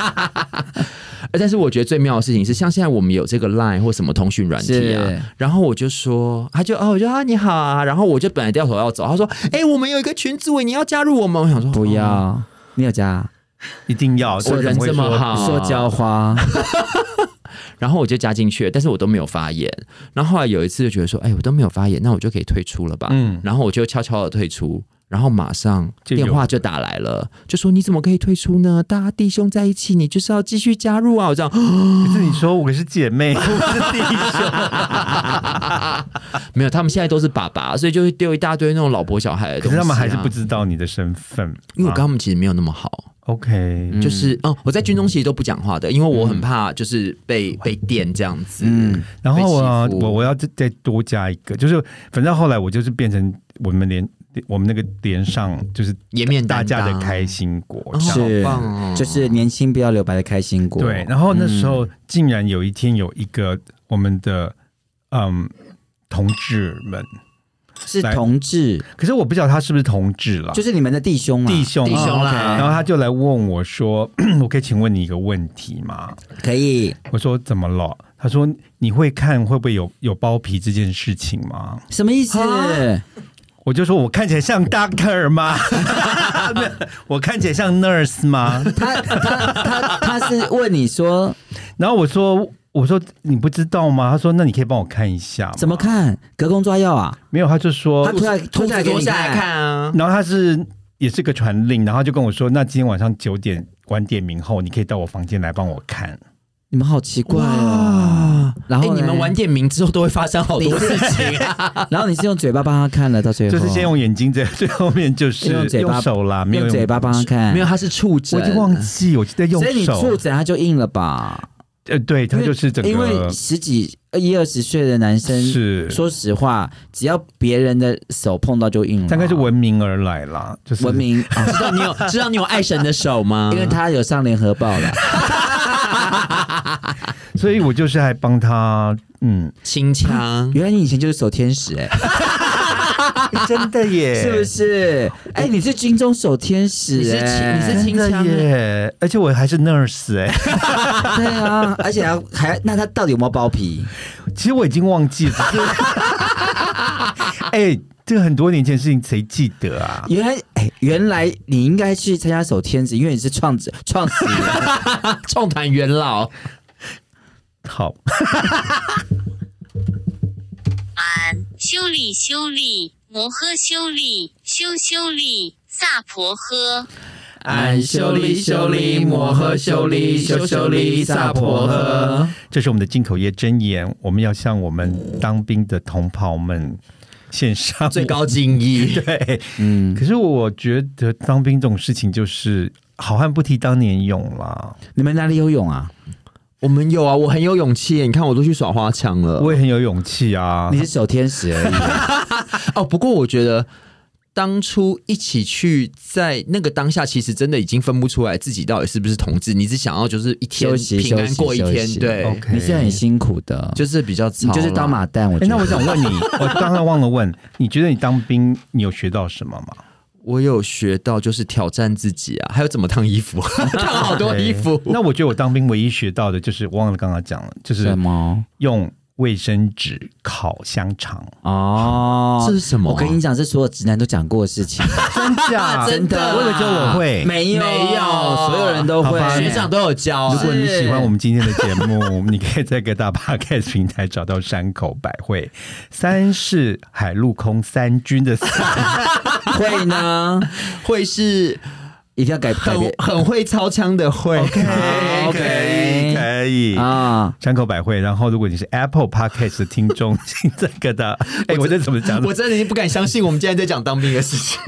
[SPEAKER 2] 呃但是我觉得最妙的事情是，像现在我们有这个 Line 或什么通讯软体
[SPEAKER 3] 是
[SPEAKER 2] 啊，然后我就说，他就哦，我就啊你好啊，然后我就本来掉头要走，他说，哎、我们有一个群组，你要加入我们？我想说
[SPEAKER 3] 不，
[SPEAKER 2] 哦
[SPEAKER 3] 要，你有加
[SPEAKER 1] 一定要，
[SPEAKER 2] 我人这么好，啊
[SPEAKER 3] 塑 胶花，
[SPEAKER 2] 然后我就加进去了，但是我都没有发言。然后后来有一次就觉得说，哎、我都没有发言，那我就可以退出了吧？
[SPEAKER 1] 嗯
[SPEAKER 2] 然后我就悄悄的退出。然后马上
[SPEAKER 1] 就有
[SPEAKER 2] 电话就打来了，就说你怎么可以退出呢？大家弟兄在一起，你就是要继续加入啊！我这样，
[SPEAKER 1] 可是你说我是姐 妹，我是弟兄，
[SPEAKER 2] 没有，他们现在都是爸爸，所以就会丢一大堆那种老婆小孩的
[SPEAKER 1] 可
[SPEAKER 2] 东
[SPEAKER 1] 是
[SPEAKER 2] 西、啊。
[SPEAKER 1] 他们还是不知道你的身份，
[SPEAKER 2] 因为我跟
[SPEAKER 1] 啊
[SPEAKER 2] 他们其实没有那么好，
[SPEAKER 1] OK，
[SPEAKER 2] 就是哦，我在军中其实都不讲话的，因为我很怕就是被、被电这样子。
[SPEAKER 3] 嗯，
[SPEAKER 1] 然后我要
[SPEAKER 2] 被欺负
[SPEAKER 1] 我我要再再多加一个，就是反正后来我就是变成我们连我们那个连上就是
[SPEAKER 2] 颜面
[SPEAKER 1] 大
[SPEAKER 2] 担
[SPEAKER 1] 家
[SPEAKER 2] 当
[SPEAKER 1] 的开心果，
[SPEAKER 2] 哦
[SPEAKER 1] 这样
[SPEAKER 2] 好
[SPEAKER 3] 是
[SPEAKER 2] 棒哦
[SPEAKER 3] 嗯就是年轻不要留白的开心果。
[SPEAKER 1] 对，然后那时候竟然有一天有一个我们的嗯同志们，
[SPEAKER 3] 是同志，
[SPEAKER 1] 可是我不知道他是不是同志啦，
[SPEAKER 3] 就是你们的弟兄啊，
[SPEAKER 1] 弟兄
[SPEAKER 2] 弟兄
[SPEAKER 1] 哦，OK
[SPEAKER 2] 啦
[SPEAKER 1] 然后他就来问我说：“ 我可以请问你一个问题吗
[SPEAKER 3] 可以？”
[SPEAKER 1] 我说：“怎么了？”他说：“你会看会不会有有包皮这件事情吗
[SPEAKER 3] 什么意思？
[SPEAKER 2] 啊
[SPEAKER 1] 我就说：“我看起来像 doctor 吗？ 没有我看起来像 nurse 吗
[SPEAKER 3] 他他他他是问你说？”
[SPEAKER 1] 然后我说。我说你不知道吗？他说那你可以帮我看一下吗
[SPEAKER 3] 怎么？看隔空抓药啊？
[SPEAKER 1] 没有，他就说
[SPEAKER 3] 他脱下来脱下来给
[SPEAKER 2] 脱
[SPEAKER 3] 你
[SPEAKER 2] 下来
[SPEAKER 3] 看，
[SPEAKER 2] 看啊，
[SPEAKER 1] 然后他是也是个传令，然后他就跟我说，那今天晚上九点晚点名后，你可以到我房间来帮我看。
[SPEAKER 3] 你们好奇怪哦。
[SPEAKER 2] 哇！
[SPEAKER 3] 然后
[SPEAKER 2] 哎你
[SPEAKER 3] 嘞
[SPEAKER 2] 们玩点名之后都会发生好多事情啊。
[SPEAKER 3] 然后你是用嘴巴帮他看了，到最后
[SPEAKER 1] 就是先用眼睛在最 后面，就是
[SPEAKER 3] 用嘴巴
[SPEAKER 1] 手啦，没有
[SPEAKER 3] 用嘴巴帮他 看，
[SPEAKER 2] 没有，，他是触诊，
[SPEAKER 1] 我已经忘记，我就在用
[SPEAKER 3] 所以你触
[SPEAKER 1] 手。
[SPEAKER 3] 诊他就硬了吧？
[SPEAKER 1] 呃，对，它
[SPEAKER 3] 因为
[SPEAKER 1] 就是整
[SPEAKER 3] 因为
[SPEAKER 1] 个
[SPEAKER 3] 十几呃一二十岁的男生，
[SPEAKER 1] 是
[SPEAKER 3] 说实话，只要别人的手碰到就硬了，
[SPEAKER 1] 大概是闻名而来啦，就是
[SPEAKER 3] 文明啊，
[SPEAKER 2] 知道你有知道你有爱神的手吗？
[SPEAKER 3] 因为他有上联合报 了，
[SPEAKER 1] 所以我就是还帮他， 嗯，
[SPEAKER 2] 清腔，
[SPEAKER 3] 原来你以前就是守天使哎、
[SPEAKER 1] 真的耶，
[SPEAKER 3] 是不是？哎、你是军中守天
[SPEAKER 2] 你
[SPEAKER 3] 使
[SPEAKER 2] 是亲
[SPEAKER 3] 哎、
[SPEAKER 2] 你是
[SPEAKER 1] 真
[SPEAKER 2] 清
[SPEAKER 1] 的
[SPEAKER 2] 腔欸
[SPEAKER 1] 耶，而且我还是 nurse 哎、
[SPEAKER 3] 对啊， 而且还还那他到底有没有包皮？
[SPEAKER 1] 其实我已经忘记 了，只是哎、这个很多年前的事情谁记得啊？
[SPEAKER 3] 原来哎、原来你应该去参加守天使，因为你是创始创 始人。
[SPEAKER 2] 众坛元老，
[SPEAKER 1] 好，
[SPEAKER 4] 安，修利修利，摩诃修利，修修利，萨婆诃。
[SPEAKER 3] 哎
[SPEAKER 2] 俺修利修利摩诃修利修修利萨婆诃。
[SPEAKER 1] 这是我们的进口业真言，我们要向我们当兵的同袍们献上
[SPEAKER 2] 最高敬意。
[SPEAKER 1] 对。
[SPEAKER 3] 嗯，
[SPEAKER 1] 可是我觉得当兵这种事情就是好汉不提当年勇啦，
[SPEAKER 3] 你们哪里有泳啊？
[SPEAKER 2] 我们有啊，我很有勇气耶，你看我都去耍花枪了。
[SPEAKER 1] 我也很有勇气啊。
[SPEAKER 3] 你是守天使而已。
[SPEAKER 2] 哦，不过我觉得当初一起去，在那个当下，其实真的已经分不出来自己到底是不是同志，你只想要就是一天
[SPEAKER 3] 休息
[SPEAKER 2] 平
[SPEAKER 3] 休
[SPEAKER 2] 安
[SPEAKER 3] 息
[SPEAKER 2] 过一
[SPEAKER 3] 休
[SPEAKER 2] 天，
[SPEAKER 3] 息
[SPEAKER 2] 对
[SPEAKER 1] OK
[SPEAKER 3] 你是很辛苦的，就
[SPEAKER 2] 就是比较
[SPEAKER 3] 你
[SPEAKER 2] 吵，
[SPEAKER 3] 就是当。马蛋。我
[SPEAKER 1] 哎、
[SPEAKER 3] 觉得
[SPEAKER 1] 那我想问你，我刚刚忘了问，你觉得你当兵你有学到什么吗？
[SPEAKER 2] 我有学到就是挑战自己啊，还有怎么烫衣服， 烫好多衣服。
[SPEAKER 1] 对那我觉得我当兵唯一学到的就是，我忘了刚刚讲了，就是
[SPEAKER 3] 什么？
[SPEAKER 1] 用卫生纸烤香肠，
[SPEAKER 3] 哦，
[SPEAKER 2] 这是什么啊
[SPEAKER 3] 我跟你讲，这所有直男都讲过的事情，
[SPEAKER 1] 真假？
[SPEAKER 2] 真的 啊
[SPEAKER 1] 我以为只有我会。
[SPEAKER 3] 没有
[SPEAKER 2] 没有
[SPEAKER 3] 所有人都
[SPEAKER 1] 好
[SPEAKER 3] 会
[SPEAKER 1] 吧。
[SPEAKER 2] 学长都有教、
[SPEAKER 1] 如
[SPEAKER 2] 啊，
[SPEAKER 1] 果你喜欢我们今天的节目，你可以在各大 podcast 平台找到山口百惠，三是海陆空三军的三，
[SPEAKER 3] 会呢，
[SPEAKER 2] 会是
[SPEAKER 3] 一定要改改
[SPEAKER 2] 很
[SPEAKER 3] 变
[SPEAKER 2] 很会操枪的会。
[SPEAKER 3] 好，OK
[SPEAKER 1] 可以。
[SPEAKER 3] 啊！
[SPEAKER 1] 山口百惠，然后如果你是 Apple Podcast 的听众，请在各大……哎、我这怎么讲？
[SPEAKER 2] 我真的已经不敢相信我们竟然在讲当兵的事情，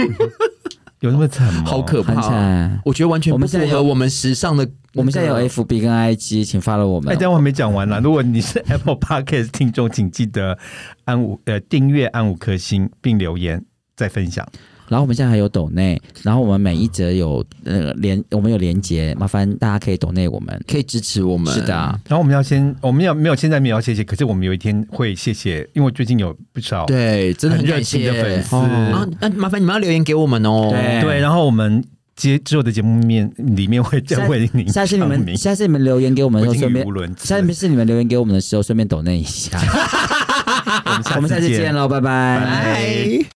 [SPEAKER 1] 有那么惨吗？
[SPEAKER 2] 好可怕
[SPEAKER 3] 很惨
[SPEAKER 2] 啊！我觉得完全
[SPEAKER 3] 我
[SPEAKER 2] 不
[SPEAKER 3] 们现在
[SPEAKER 2] 符合
[SPEAKER 3] 有
[SPEAKER 2] 我们时尚的。
[SPEAKER 3] 我们现在有 FB 跟 IG，请发了我
[SPEAKER 1] 哎，等
[SPEAKER 3] 们
[SPEAKER 1] 一。下我还没讲完啦。如果你是 Apple Podcast 听众，请记得按五呃订阅按五颗星，并留言再分享。
[SPEAKER 3] 然后我们现在还有抖内，然后我们每一则有那个连，我们有连接，麻烦大家可以抖内我们。
[SPEAKER 2] 可以支持我们。
[SPEAKER 3] 是的，，
[SPEAKER 1] 然后我们要先，我们要没有现在没有要谢谢，可是我们有一天会谢谢，因为最近有不少
[SPEAKER 2] 对，真的
[SPEAKER 1] 很
[SPEAKER 2] 很
[SPEAKER 1] 热
[SPEAKER 2] 感
[SPEAKER 1] 情
[SPEAKER 2] 谢
[SPEAKER 1] 的粉丝。
[SPEAKER 2] 啊！那麻烦你们要留言给我们哦。
[SPEAKER 3] 对
[SPEAKER 1] 哦对，然后我们接之后的节目面里面会再为您
[SPEAKER 3] 下次你
[SPEAKER 1] 唱
[SPEAKER 3] 们
[SPEAKER 1] 名
[SPEAKER 3] 下次你们留言给我们的时
[SPEAKER 1] 我
[SPEAKER 3] 候，
[SPEAKER 1] 已经
[SPEAKER 3] 顺
[SPEAKER 1] 语
[SPEAKER 3] 便
[SPEAKER 1] 无伦次
[SPEAKER 3] 下
[SPEAKER 1] 了。
[SPEAKER 3] 次你们留言给我们的 时候，顺便抖那一下。
[SPEAKER 1] 我们
[SPEAKER 3] 我们下次见
[SPEAKER 1] 了。
[SPEAKER 3] 喽，拜拜
[SPEAKER 1] 拜
[SPEAKER 2] 拜。